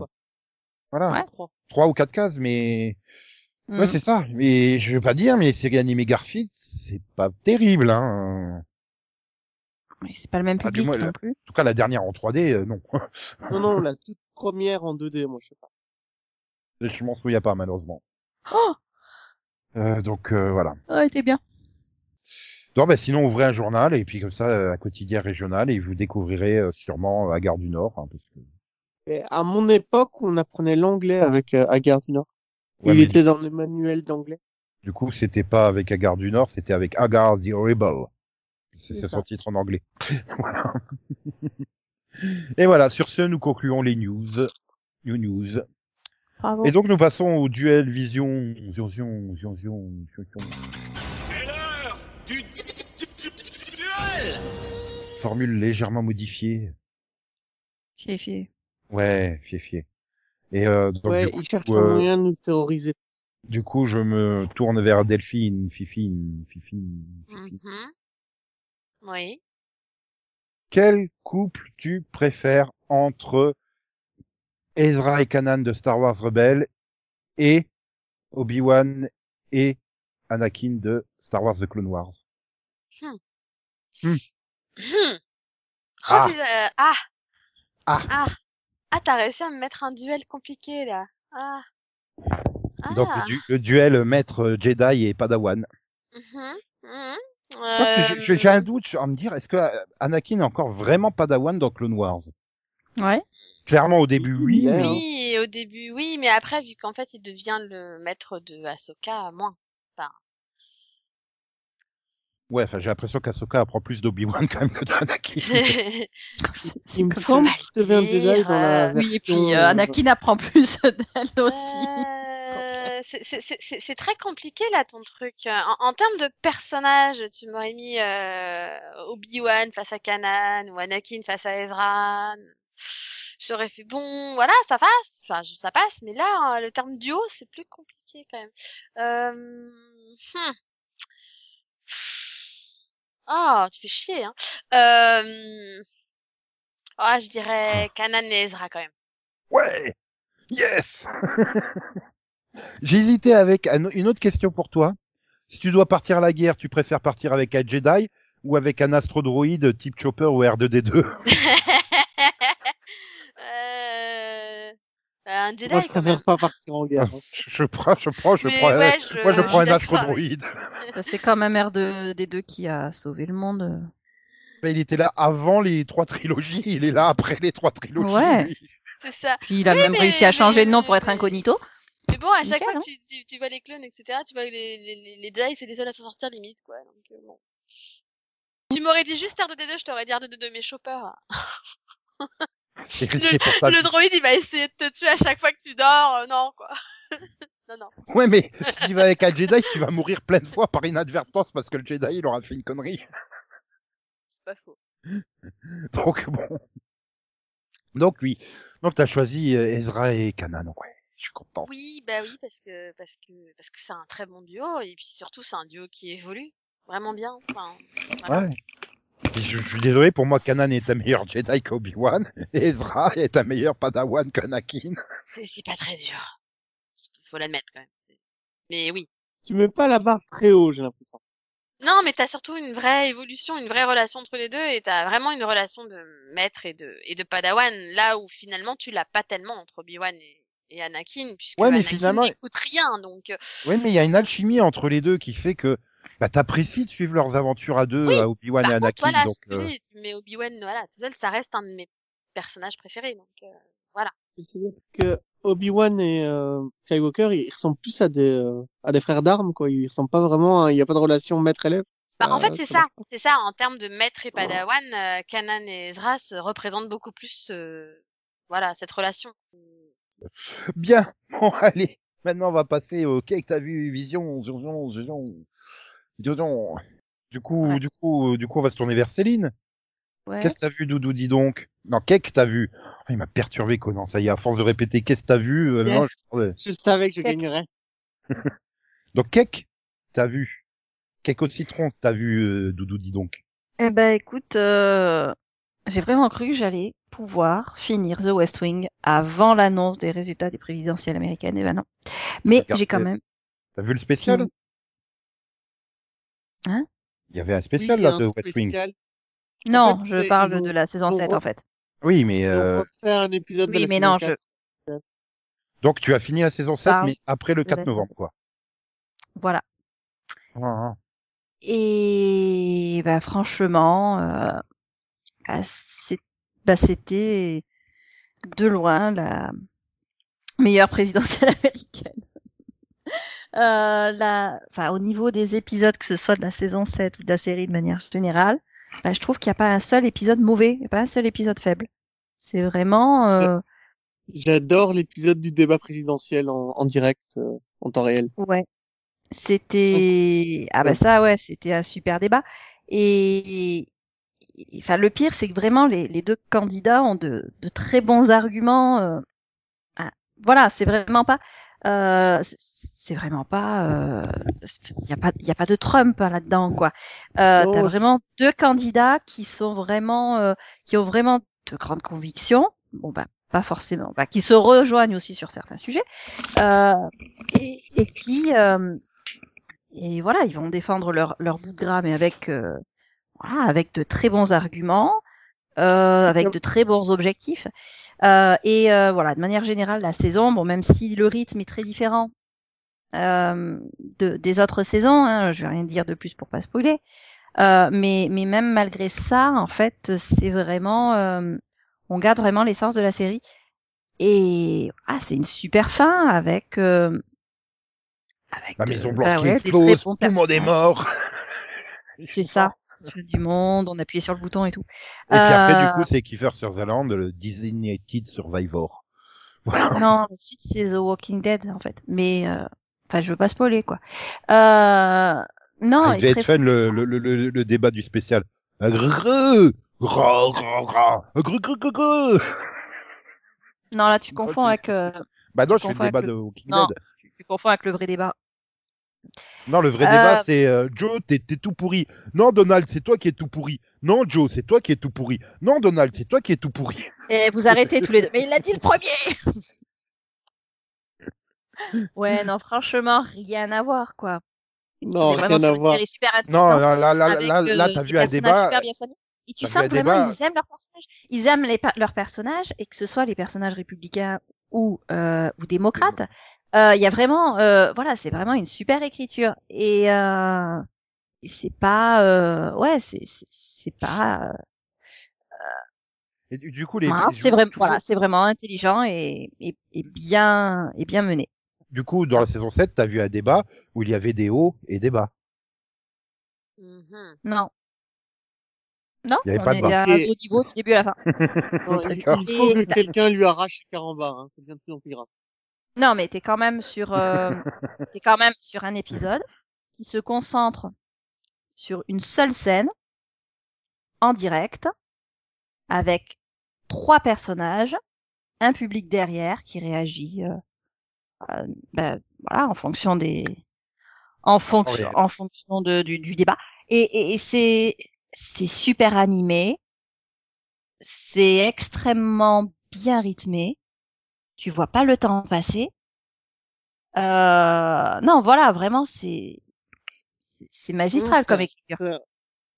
Speaker 2: Voilà,
Speaker 6: Ouais.
Speaker 2: trois ou quatre cases, mais
Speaker 6: Mm.
Speaker 2: ouais c'est ça. Mais je veux pas dire, mais les séries animées Garfield, c'est pas terrible. Hein.
Speaker 6: Mais c'est pas le même
Speaker 2: Ah, du
Speaker 6: public
Speaker 2: moins,
Speaker 6: non
Speaker 2: le-
Speaker 6: plus.
Speaker 2: En tout cas, la dernière en 3D, euh, non,
Speaker 5: Non, non, la toute première en 2D, moi, je sais pas.
Speaker 2: je m'en souviens pas malheureusement.
Speaker 6: Oh,
Speaker 2: Euh, donc euh, voilà.
Speaker 6: elle Ah, était bien.
Speaker 2: Non, bah, sinon, ouvrez un journal, et puis comme ça, euh, un quotidien régional, et vous découvrirez euh, sûrement euh, à Gare du Nord. hein, parce que...
Speaker 5: Et à mon époque, on apprenait l'anglais avec euh, Agar du Nord.
Speaker 2: Ouais,
Speaker 5: Il
Speaker 2: mais
Speaker 5: était dans le manuel d'anglais.
Speaker 2: Du coup, c'était pas avec Agar du Nord, c'était avec Agar the Horrible. C'est
Speaker 5: C'est
Speaker 2: c'est
Speaker 5: ça.
Speaker 2: son titre en anglais. voilà. et voilà, sur ce, nous concluons les news. New news.
Speaker 6: Bravo.
Speaker 2: Et donc, nous passons au duel vision. Zion, zion, zion, zion, zion, zion.
Speaker 7: C'est l'heure du duel
Speaker 2: Formule légèrement modifiée.
Speaker 6: Fier, fier.
Speaker 2: Ouais, fier-fier. Et euh, donc,
Speaker 5: ouais,
Speaker 2: du coup,
Speaker 5: il cherche
Speaker 2: euh,
Speaker 5: un moyen de nous terroriser.
Speaker 2: Du coup, je me tourne vers Delphine, Fifine, Fifine, Fifine.
Speaker 3: Mhm. Oui.
Speaker 2: Quel couple tu préfères entre Ezra et Kanan de Star Wars Rebels et Obi-Wan et Anakin de Star Wars The Clone Wars
Speaker 3: Hmm. Oh,
Speaker 2: Ah.
Speaker 3: putain, euh, ah.
Speaker 2: Ah.
Speaker 3: Ah. Ah, t'as réussi à me mettre un duel compliqué là. Ah. Ah.
Speaker 2: Donc le, du- le duel maître Jedi et Padawan.
Speaker 3: Mhm. Mhm.
Speaker 2: Parce que
Speaker 3: Euh,
Speaker 2: j'ai- J'ai un doute sur- à me dire, est-ce que euh, Anakin est encore vraiment Padawan dans Clone Wars
Speaker 6: Ouais.
Speaker 2: Clairement au début oui,
Speaker 5: Il l'est,
Speaker 2: mais
Speaker 5: hein.
Speaker 3: Oui, au début, oui, mais après, vu qu'en fait, il devient le maître de Ahsoka, moins.
Speaker 2: ouais, enfin, j'ai l'impression qu'Asoka apprend plus d'Obi-Wan quand même que d'Anakin.
Speaker 6: C'est- c'est
Speaker 5: Il me
Speaker 6: comme
Speaker 5: semble
Speaker 6: ça.
Speaker 5: qu'il devient un Jedi dans la
Speaker 3: euh,
Speaker 6: Oui, et puis
Speaker 5: version,
Speaker 6: euh,
Speaker 5: euh,
Speaker 6: Anakin apprend plus
Speaker 3: Ah.
Speaker 6: d'elle aussi.
Speaker 3: Euh, c'est- c'est- c'est c'est- c'est très compliqué là ton truc. En, en termes de personnage, tu m'aurais mis euh, Obi-Wan face à Kanan ou Anakin face à Ezra. J'aurais fait bon, voilà, ça passe, enfin, je- ça passe, mais là, hein, le terme duo, c'est plus compliqué quand même. Euh... hmm. Oh, tu fais chier. Hein. Euh... ah, je dirais Kanan et Ezra quand même.
Speaker 2: Ouais Yes J'hésitais avec un- une autre question pour toi. Si tu dois partir à la guerre, tu préfères partir avec un Jedi ou avec un astrodroïde type Chopper ou R2D2
Speaker 3: Euh, un Jedi
Speaker 5: Moi, je
Speaker 3: quand même.
Speaker 5: préfère pas partir en guerre. hein.
Speaker 2: Je prends, je prends, je
Speaker 3: Mais
Speaker 2: prends. euh,
Speaker 3: ouais, je-
Speaker 2: moi, je
Speaker 3: je
Speaker 2: prends
Speaker 3: suis
Speaker 2: un
Speaker 3: d'accord.
Speaker 2: astrodroïde.
Speaker 6: Bah, C'est quand même R2 des deux qui a sauvé le monde.
Speaker 2: Mais il était là avant les trois trilogies, il est là après les trois trilogies.
Speaker 6: Ouais.
Speaker 2: lui.
Speaker 3: C'est ça.
Speaker 6: Puis il a
Speaker 3: Oui,
Speaker 6: même
Speaker 3: mais-
Speaker 6: réussi à changer de nom pour être
Speaker 3: mais-
Speaker 6: incognito.
Speaker 3: Mais bon, à chaque
Speaker 6: Nickel,
Speaker 3: fois
Speaker 6: hein.
Speaker 3: que tu, tu, tu vois les clones, etc., tu vois que les, les, les, les Jedi, c'est les seuls à s'en sortir limite, quoi. Donc, euh, bon. Tu m'aurais dit juste R2D2, je t'aurais dit R2D2, mais Chopper. hein.
Speaker 2: C'est risqué pour ta
Speaker 3: Le
Speaker 2: vie.
Speaker 3: droïde, il va essayer de te tuer à chaque fois que tu dors, euh, non, quoi. non, non.
Speaker 2: Ouais, mais si tu vas avec un Jedi, tu vas mourir plein de fois par inadvertance parce que le Jedi, il aura fait une connerie.
Speaker 3: C'est pas faux.
Speaker 2: Donc bon. Donc oui. Donc t'as choisi euh, Ezra et Kanan. Ouais, je suis content.
Speaker 3: Oui, bah oui, parce que parce que parce que c'est un très bon duo et puis surtout c'est un duo qui évolue vraiment bien. Enfin, voilà.
Speaker 2: Ouais. Et Je, je suis désolé, pour moi Kanan est un meilleur Jedi qu'Obi-Wan. et Ezra est un meilleur Padawan qu'Anakin.
Speaker 3: C'est c'est pas très dur. Faut l'admettre quand même. C'est- Mais oui.
Speaker 5: Tu mets pas la barre très haut, j'ai l'impression.
Speaker 3: Non, mais t'as surtout une vraie évolution, une vraie relation entre les deux, et t'as vraiment une relation de maître et de, et de padawan, là où finalement tu l'as pas tellement entre Obi-Wan et, et Anakin, puisque
Speaker 2: Ouais, mais
Speaker 3: Anakin
Speaker 2: finalement-
Speaker 3: n'écoute rien, donc euh,
Speaker 2: Oui, mais il y a une alchimie entre les deux qui fait que bah, t'apprécies de suivre leurs aventures à deux,
Speaker 3: Oui,
Speaker 2: à Obi-Wan et
Speaker 3: par contre,
Speaker 2: Anakin.
Speaker 3: voilà,
Speaker 2: donc,
Speaker 3: je te
Speaker 2: euh,
Speaker 3: dis, mais Obi-Wan, voilà, tout seul, ça reste un de mes personnages préférés, donc euh,
Speaker 5: C'est-à-dire que Obi-Wan et euh, Skywalker, ils ressemblent plus à des euh, à des frères d'armes quoi. Ils ressemblent pas vraiment. à- Il y a pas de relation maître-élève.
Speaker 3: Bah, en fait, c'est ça,
Speaker 5: marche pas.
Speaker 3: c'est ça. En termes de maître et padawan, euh, Kanan et Ezra se représentent beaucoup plus, euh, voilà, cette relation.
Speaker 2: Bien, bon, allez. Maintenant, on va passer au cake, t'as vu, vision, vision, vision, vision. Du coup,
Speaker 6: Ouais.
Speaker 2: du coup, euh, du coup, on va se tourner vers Céline.
Speaker 6: Ouais.
Speaker 2: Qu'est-ce que t'as vu, Doudou, dis donc? Non, cake, t'as vu. Ah, il m'a perturbé, Conan. Ça y est, à force de répéter, qu'est-ce que t'as vu? euh,
Speaker 5: Yes.
Speaker 2: non, je- ouais.
Speaker 5: Je savais que je
Speaker 6: Cake.
Speaker 5: gagnerais.
Speaker 2: Donc, cake, t'as vu. Cake au citron, t'as vu, euh, Doudou, dis donc.
Speaker 6: Eh ben, écoute, euh, j'ai vraiment cru que j'allais pouvoir finir The West Wing avant l'annonce des résultats des présidentielles américaines. Eh ben non. Mais
Speaker 2: Regarde,
Speaker 6: j'ai quand
Speaker 2: euh,
Speaker 6: même
Speaker 2: T'as vu le spécial?
Speaker 6: fini.
Speaker 2: Il y avait un
Speaker 5: Oui,
Speaker 2: spécial,
Speaker 5: il y a
Speaker 2: là,
Speaker 5: un
Speaker 2: de West Wing.
Speaker 5: spécial.
Speaker 6: Non,
Speaker 5: fait,
Speaker 6: je
Speaker 5: c'est-
Speaker 6: parle
Speaker 5: ils ont-
Speaker 6: de la saison
Speaker 5: ils ont
Speaker 6: 7 en fait.
Speaker 2: Oui, mais,
Speaker 5: On
Speaker 2: euh,
Speaker 5: va faire un épisode de
Speaker 6: Oui,
Speaker 5: la
Speaker 6: mais
Speaker 5: saison
Speaker 6: non,
Speaker 5: 4.
Speaker 6: je...
Speaker 2: donc tu as fini la saison 7,
Speaker 6: Parle
Speaker 2: mais après le
Speaker 6: de la
Speaker 2: 4 novembre, quoi.
Speaker 6: Voilà.
Speaker 2: Ah, ah.
Speaker 6: Et bah franchement, euh, bah, c'est- bah, c'était de loin la meilleure présidentielle américaine. Euh, la, enfin, au niveau des épisodes, que ce soit de la saison 7 ou de la série de manière générale, bah, je trouve qu'il n'y a pas un seul épisode mauvais, il n'y a pas un seul épisode faible. C'est vraiment... euh,
Speaker 5: J'adore l'épisode du débat présidentiel en, en direct, euh, en temps réel.
Speaker 6: Ouais. C'était ah bah
Speaker 5: Ouais.
Speaker 6: ça ouais, c'était un super débat et et- enfin le pire c'est que vraiment les, les deux candidats ont de, de très bons arguments. euh, ah, Voilà, c'est vraiment pas euh, c'est- c'est vraiment pas euh, il y a pas il y a pas de Trump hein, là-dedans quoi. Euh,
Speaker 5: Non,
Speaker 6: t'as
Speaker 5: Oh, c'est-
Speaker 6: vraiment deux candidats qui sont vraiment euh, qui ont vraiment de grandes convictions. Bon bah pas forcément, bah, qui se rejoignent aussi sur certains sujets. Euh, et, et puis euh, et voilà ils vont défendre leur leur bout de gras mais avec euh, voilà avec de très bons arguments euh, avec de très bons objectifs Euh, et euh, voilà de manière générale la saison bon même si le rythme est très différent euh, de, des autres saisons hein, je vais rien dire de plus pour pas spoiler euh, mais mais même malgré ça en fait c'est vraiment euh, on garde vraiment l'essence de la série et ah, c'est une super fin avec euh, avec
Speaker 2: La
Speaker 6: de-
Speaker 2: Maison Blanche
Speaker 6: bah
Speaker 2: qui
Speaker 6: ouais, des très
Speaker 2: explose,
Speaker 6: bons
Speaker 2: tout le monde est
Speaker 6: personnages.
Speaker 2: mort.
Speaker 6: C'est ça. Fin du monde, on appuyait sur le bouton et tout.
Speaker 2: Et puis après,
Speaker 6: Euh,
Speaker 2: du coup, c'est Kiefer Sutherland, le Designated Survivor. Voilà.
Speaker 6: Non, la suite c'est The Walking Dead en fait, mais euh, enfin je veux pas spoiler quoi. Euh, non,
Speaker 2: Ah,
Speaker 6: et
Speaker 2: il devait
Speaker 6: très-
Speaker 2: être fun, le, le, le, le, le débat du spécial. Ah, grrr, grrr, grrr, grrr, grrr, ah, grrr, grrr, grrr, grrr.
Speaker 6: non là tu confonds
Speaker 2: tu-
Speaker 6: avec euh,
Speaker 2: Bah non,
Speaker 6: Tu
Speaker 2: c'est le
Speaker 6: confonds
Speaker 2: débat
Speaker 6: avec
Speaker 2: de
Speaker 6: le-
Speaker 2: Walking
Speaker 6: Non.
Speaker 2: Dead.
Speaker 6: tu, tu confonds avec le vrai débat.
Speaker 2: Non, le vrai
Speaker 6: Euh,
Speaker 2: débat, c'est euh, Joe, t'es t'es tout pourri. Non, Donald, c'est toi qui es tout pourri. Non, Joe, c'est toi qui es tout pourri. Non, Donald, c'est toi qui es tout pourri.
Speaker 6: Et vous arrêtez tous les deux. Mais il l'a dit le premier. ouais, non franchement rien à voir quoi.
Speaker 5: Non,
Speaker 6: On est vraiment
Speaker 5: rien à
Speaker 6: sur une
Speaker 5: voir.
Speaker 6: série super
Speaker 2: Non,
Speaker 6: intéressante.
Speaker 2: là, là, là,
Speaker 6: avec,
Speaker 2: là, là,
Speaker 6: euh,
Speaker 2: t'as
Speaker 6: des
Speaker 2: vu un
Speaker 6: personnages
Speaker 2: débat.
Speaker 6: super bien soignés. Et tu
Speaker 2: t'as vu
Speaker 6: sens
Speaker 2: un
Speaker 6: vraiment,
Speaker 2: débat-
Speaker 6: ils aiment leurs personnages. Ils aiment les pa- leurs personnages, et que ce soit les personnages républicains ou, euh, ou démocrates.
Speaker 2: Mm.
Speaker 6: euh, Il y a vraiment, euh, voilà, c'est vraiment une super écriture. Et euh, c'est pas, euh, ouais, c'est c'est- c'est pas, euh,
Speaker 2: Et du, du coup, les,
Speaker 6: mince,
Speaker 2: du
Speaker 6: c'est
Speaker 2: coup, tous
Speaker 6: vraiment,
Speaker 2: les-
Speaker 6: voilà, c'est vraiment intelligent et, et, et bien et bien mené.
Speaker 2: du coup, dans la saison 7, t'as vu un débat où il y avait des hauts et des bas.
Speaker 3: Mhm.
Speaker 6: Non. Non,
Speaker 2: Il y avait
Speaker 6: on
Speaker 2: pas de
Speaker 6: était à un
Speaker 5: Et-
Speaker 6: haut niveau du début à la fin.
Speaker 5: Non, il,
Speaker 2: D'accord.
Speaker 5: il faut
Speaker 6: Et-
Speaker 5: que quelqu'un lui arrache le carambar, hein. ça devient de plus en plus grave.
Speaker 6: Non, mais t'es quand même sur, euh, t'es quand même sur un épisode qui se concentre sur une seule scène en direct avec trois personnages, un public derrière qui réagit, euh, euh, ben, voilà, en fonction des, en fonction,
Speaker 2: réel.
Speaker 6: en fonction de- du, du débat. Et, et- et c'est, c'est super animé, c'est extrêmement bien rythmé. Tu vois pas le temps passer. Euh, non, voilà, vraiment, c'est c'est c'est magistral
Speaker 5: Mmh,
Speaker 6: comme
Speaker 5: ça-
Speaker 6: écriture.
Speaker 5: ça-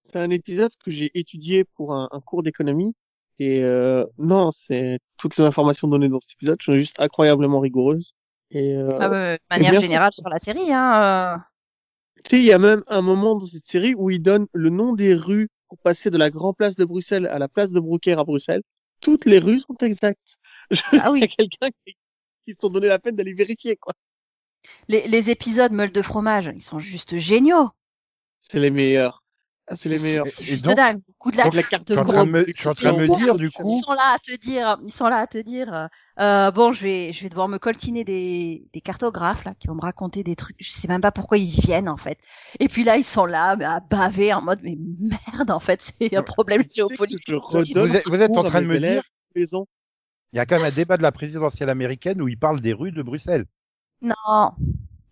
Speaker 5: C'est un épisode que j'ai étudié pour un, un cours d'économie. Et euh, non, c'est toutes les informations données dans cet épisode sont juste incroyablement rigoureuses. Et euh,
Speaker 6: Ah ouais, de
Speaker 5: et
Speaker 6: manière
Speaker 5: bien
Speaker 6: générale sur la série, hein. euh,
Speaker 5: Tu sais, il y a même un moment dans cette série où il donne le nom des rues pour passer de la Grand Place de Bruxelles à la place de Brocaire à Bruxelles. Toutes les rues sont exactes. Je
Speaker 6: Ah oui.
Speaker 5: il y a quelqu'un qui, qui se sont donné la peine d'aller vérifier, quoi.
Speaker 6: les, les épisodes meules de fromage, ils sont juste géniaux.
Speaker 5: C'est les meilleurs. Ah, c'est les meilleurs.
Speaker 6: C'est
Speaker 2: Et
Speaker 6: juste
Speaker 2: donc-
Speaker 6: dingue. Beaucoup de la
Speaker 5: donc, la
Speaker 6: carte
Speaker 5: carte
Speaker 6: de
Speaker 2: Je suis en
Speaker 6: gros
Speaker 2: train de me, je suis en train de me dire, du
Speaker 6: ils
Speaker 2: coup,
Speaker 6: sont là à te dire, ils sont là à te dire, euh, euh, bon, je vais, je vais devoir me coltiner des, des cartographes là qui vont me raconter des trucs. Je sais même pas pourquoi ils viennent en fait. Et puis là, ils sont là mais à baver en mode, mais merde en fait, c'est un problème
Speaker 5: Tu sais que
Speaker 6: géopolitique.
Speaker 5: je
Speaker 2: vous
Speaker 5: redonne
Speaker 2: êtes,
Speaker 5: ce
Speaker 2: vous êtes en
Speaker 5: cours à
Speaker 2: train de
Speaker 5: mes
Speaker 2: me
Speaker 5: élèves
Speaker 2: dire,
Speaker 5: tous les ans.
Speaker 2: il y a quand même un débat de la présidentielle américaine où il parle des rues de Bruxelles.
Speaker 6: Non,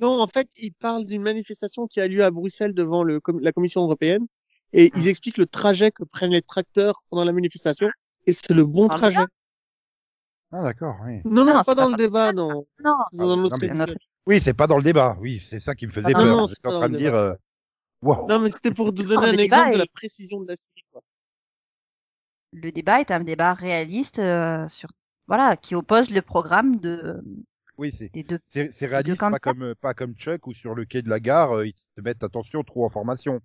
Speaker 5: Non, en fait, ils parlent d'une manifestation qui a lieu à Bruxelles devant le com- la Commission européenne et
Speaker 2: Ah.
Speaker 5: ils expliquent le trajet que prennent les tracteurs pendant la manifestation et c'est le bon
Speaker 6: Dans le
Speaker 5: trajet.
Speaker 2: Ah, d'accord, oui.
Speaker 5: Non,
Speaker 6: Non,
Speaker 5: non,
Speaker 6: c'est
Speaker 5: pas dans
Speaker 6: pas
Speaker 5: le débat, non.
Speaker 6: non,
Speaker 5: C'est dans
Speaker 2: non,
Speaker 5: l'autre
Speaker 2: mais-
Speaker 5: épisode.
Speaker 2: Ah, Oui, c'est pas dans le débat. Oui, c'est ça qui me faisait
Speaker 6: Ah,
Speaker 2: peur.
Speaker 5: non,
Speaker 2: J'étais
Speaker 5: c'est
Speaker 2: en
Speaker 5: pas
Speaker 2: train
Speaker 5: dans
Speaker 2: de
Speaker 5: le
Speaker 2: dire, euh, wow.
Speaker 5: Non, mais c'était pour te donner
Speaker 6: le
Speaker 5: un
Speaker 6: débat
Speaker 5: exemple
Speaker 6: est-
Speaker 5: de la précision de la série. Quoi.
Speaker 6: le débat est un débat réaliste euh, sur, voilà, qui oppose le programme de
Speaker 2: Oui, c'est,
Speaker 6: des deux.
Speaker 2: c'est, c'est réaliste,
Speaker 6: candidats.
Speaker 2: pas comme, euh, pas comme Chuck ou sur le quai de la gare, euh, ils te mettent attention, trop en formation.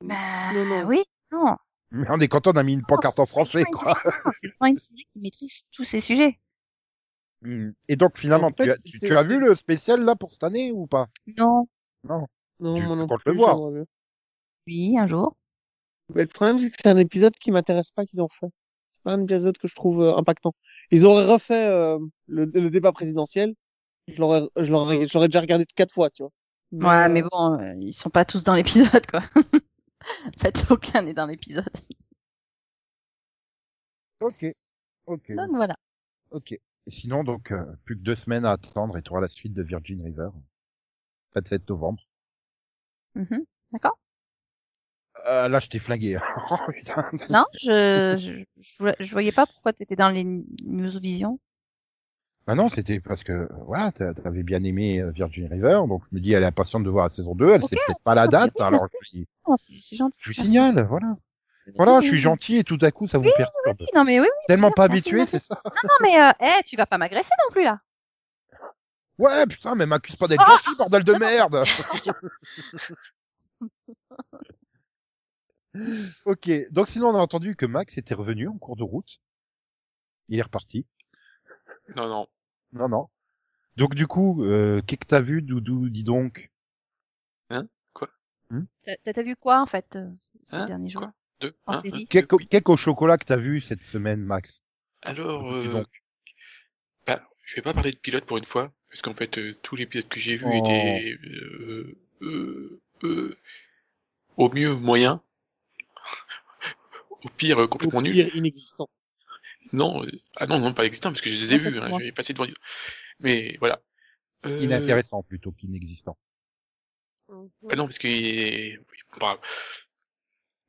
Speaker 6: Bah,
Speaker 5: Non, non.
Speaker 6: oui, non.
Speaker 2: Mais on est content, on a mis une pancarte en
Speaker 5: Oh,
Speaker 6: Non, c'est- c'est
Speaker 2: français, quoi.
Speaker 6: vraiment une série- non, C'est vraiment une série qui maîtrise tous ces sujets.
Speaker 2: Mm. Et donc, finalement,
Speaker 5: En fait,
Speaker 2: tu as, tu,
Speaker 5: c'est-
Speaker 2: tu as
Speaker 5: c'est-
Speaker 2: vu le spécial, là, pour cette année, ou pas?
Speaker 6: Non.
Speaker 5: Non,
Speaker 2: Tu-
Speaker 5: moi
Speaker 2: tu
Speaker 5: non
Speaker 2: comptes
Speaker 5: plus,
Speaker 2: le voir.
Speaker 5: j'aimerais bien.
Speaker 6: Oui, un jour.
Speaker 5: Mais le problème, c'est que c'est un épisode qui m'intéresse pas qu'ils ont fait. C'est pas un épisode que je trouve euh, impactant. Ils auraient refait euh, le, le débat présidentiel. Je l'aurais, je l'aurais, je l'aurais déjà regardé quatre fois, tu vois. Mais,
Speaker 6: Ouais,
Speaker 5: euh,
Speaker 6: mais bon, euh, ils sont pas tous dans l'épisode, quoi. en fait, aucun n'est dans l'épisode.
Speaker 2: Ok. Ok.
Speaker 6: Donc voilà.
Speaker 2: Ok. Et sinon, donc, euh, plus que deux semaines à attendre et tu auras la suite de Virgin River. 27 novembre.
Speaker 6: Mhm. D'accord.
Speaker 2: Euh, là, je t'ai flingué. Oh, putain.
Speaker 6: Non, je, je, je, voulais- je voyais pas pourquoi t'étais dans les news vision.
Speaker 2: Bah non, c'était parce que, euh, voilà, t'a- t'avais bien aimé euh, Virgin River, donc je me dis, elle est impatiente de voir la saison 2, elle
Speaker 6: Ok,
Speaker 2: sait peut-être pas la
Speaker 6: ok,
Speaker 2: date,
Speaker 6: oui,
Speaker 2: alors
Speaker 6: merci.
Speaker 2: je lui,
Speaker 6: Oh, c'est c'est gentil.
Speaker 2: je lui
Speaker 6: merci.
Speaker 2: signale, voilà. Voilà, je suis gentil et tout à coup, ça vous perturbe.
Speaker 6: Oui, Non mais oui, oui.
Speaker 2: Tellement
Speaker 6: c'est
Speaker 2: pas
Speaker 6: bien, merci,
Speaker 2: habitué,
Speaker 6: merci.
Speaker 2: c'est ça?
Speaker 6: Non non mais euh, eh, tu vas pas m'agresser non plus là.
Speaker 2: Ouais, putain, mais m'accuse pas d'être
Speaker 6: Ah
Speaker 2: gentil, bordel de
Speaker 6: Non, non,
Speaker 2: merde!
Speaker 6: c'est- ah,
Speaker 2: Ok, donc sinon on a entendu que Max était revenu en cours de route. Il est reparti.
Speaker 4: Non, non.
Speaker 2: Non, non. Donc du coup, euh, qu'est-ce que t'as vu, Doudou, dis donc?
Speaker 6: T'as- T'as t'as vu quoi en fait euh, ces
Speaker 4: Hein
Speaker 6: derniers jours
Speaker 4: Quoi Deux.
Speaker 6: en
Speaker 4: un, un.
Speaker 6: série
Speaker 2: Qu'est-ce qu'au- qu'est-ce qu'au chocolat que t'as vu cette semaine, Max?
Speaker 4: Alors,
Speaker 2: Dis
Speaker 4: euh,
Speaker 2: donc.
Speaker 4: bah, je vais pas parler de pilote pour une fois, parce qu'en fait, euh, tous les pilotes que j'ai vus
Speaker 2: Oh.
Speaker 4: étaient euh, euh, euh, au mieux moyen, au pire euh,
Speaker 5: au
Speaker 4: complètement nul.
Speaker 5: pire, inexistant.
Speaker 4: Non, euh, ah non, non, pas existant, parce que je les ai
Speaker 6: Non, ça,
Speaker 4: vus,
Speaker 6: c'est
Speaker 4: hein,
Speaker 6: moi.
Speaker 4: je vais passer devant. Mais voilà. Euh,
Speaker 2: Inintéressant plutôt qu'inexistant.
Speaker 4: bah non, parce que oui, bah,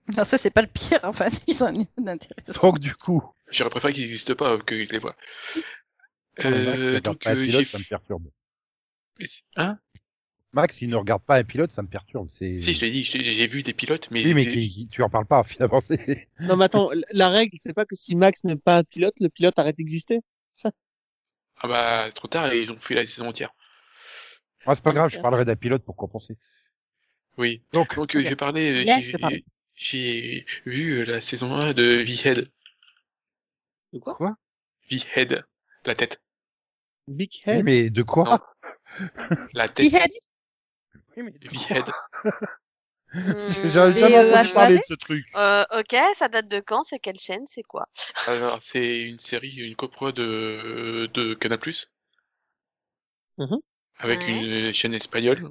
Speaker 4: Hein
Speaker 6: Non ça c'est pas le pire en fait. Ils sont intéressants.
Speaker 2: Donc du coup,
Speaker 4: j'aurais préféré qu'ils n'existent pas euh, que je les vois.
Speaker 2: Ah, Max, il
Speaker 4: Euh,
Speaker 2: regarde
Speaker 4: donc,
Speaker 2: pas un
Speaker 4: euh,
Speaker 2: pilote,
Speaker 4: j'ai...
Speaker 2: ça me perturbe.
Speaker 4: fait- Hein
Speaker 2: Max, il ne regarde pas un pilote, ça me perturbe. C'est...
Speaker 4: Si, je l'ai dit, j'ai j'ai vu des pilotes, mais...
Speaker 2: oui, mais
Speaker 4: des-
Speaker 2: qui, qui- tu en parles pas finalement. C'est...
Speaker 5: Non, mais attends, la règle, c'est pas que si Max n'est pas un pilote, le pilote arrête d'exister.
Speaker 4: Ah bah, trop tard, et ils ont fait la saison entière.
Speaker 2: Ah, c'est pas grave, je parlerai d'un pilote pour compenser.
Speaker 4: Oui.
Speaker 2: Donc,
Speaker 4: Donc, euh,
Speaker 6: Ok.
Speaker 4: je parlais, euh,
Speaker 6: Laisse
Speaker 4: j'ai-
Speaker 6: parler.
Speaker 4: j'ai vu euh, la saison 1 de V-Head.
Speaker 5: De quoi?
Speaker 4: V-Head. La tête.
Speaker 5: Big
Speaker 6: Eh.
Speaker 2: oui,
Speaker 5: Head.
Speaker 2: mais de quoi
Speaker 4: La tête.
Speaker 6: Beheaded
Speaker 4: V-Head.
Speaker 2: J'ai
Speaker 3: Hmm.
Speaker 2: jamais
Speaker 6: Et, euh,
Speaker 2: entendu parler
Speaker 6: HVAD?
Speaker 2: de ce truc.
Speaker 3: Euh, ok, ça date de quand C'est quelle chaîne C'est quoi
Speaker 4: Alors, c'est une série, une coprode de, de Canal+.
Speaker 5: Mhm.
Speaker 4: Avec
Speaker 3: Ouais.
Speaker 4: une chaîne espagnole.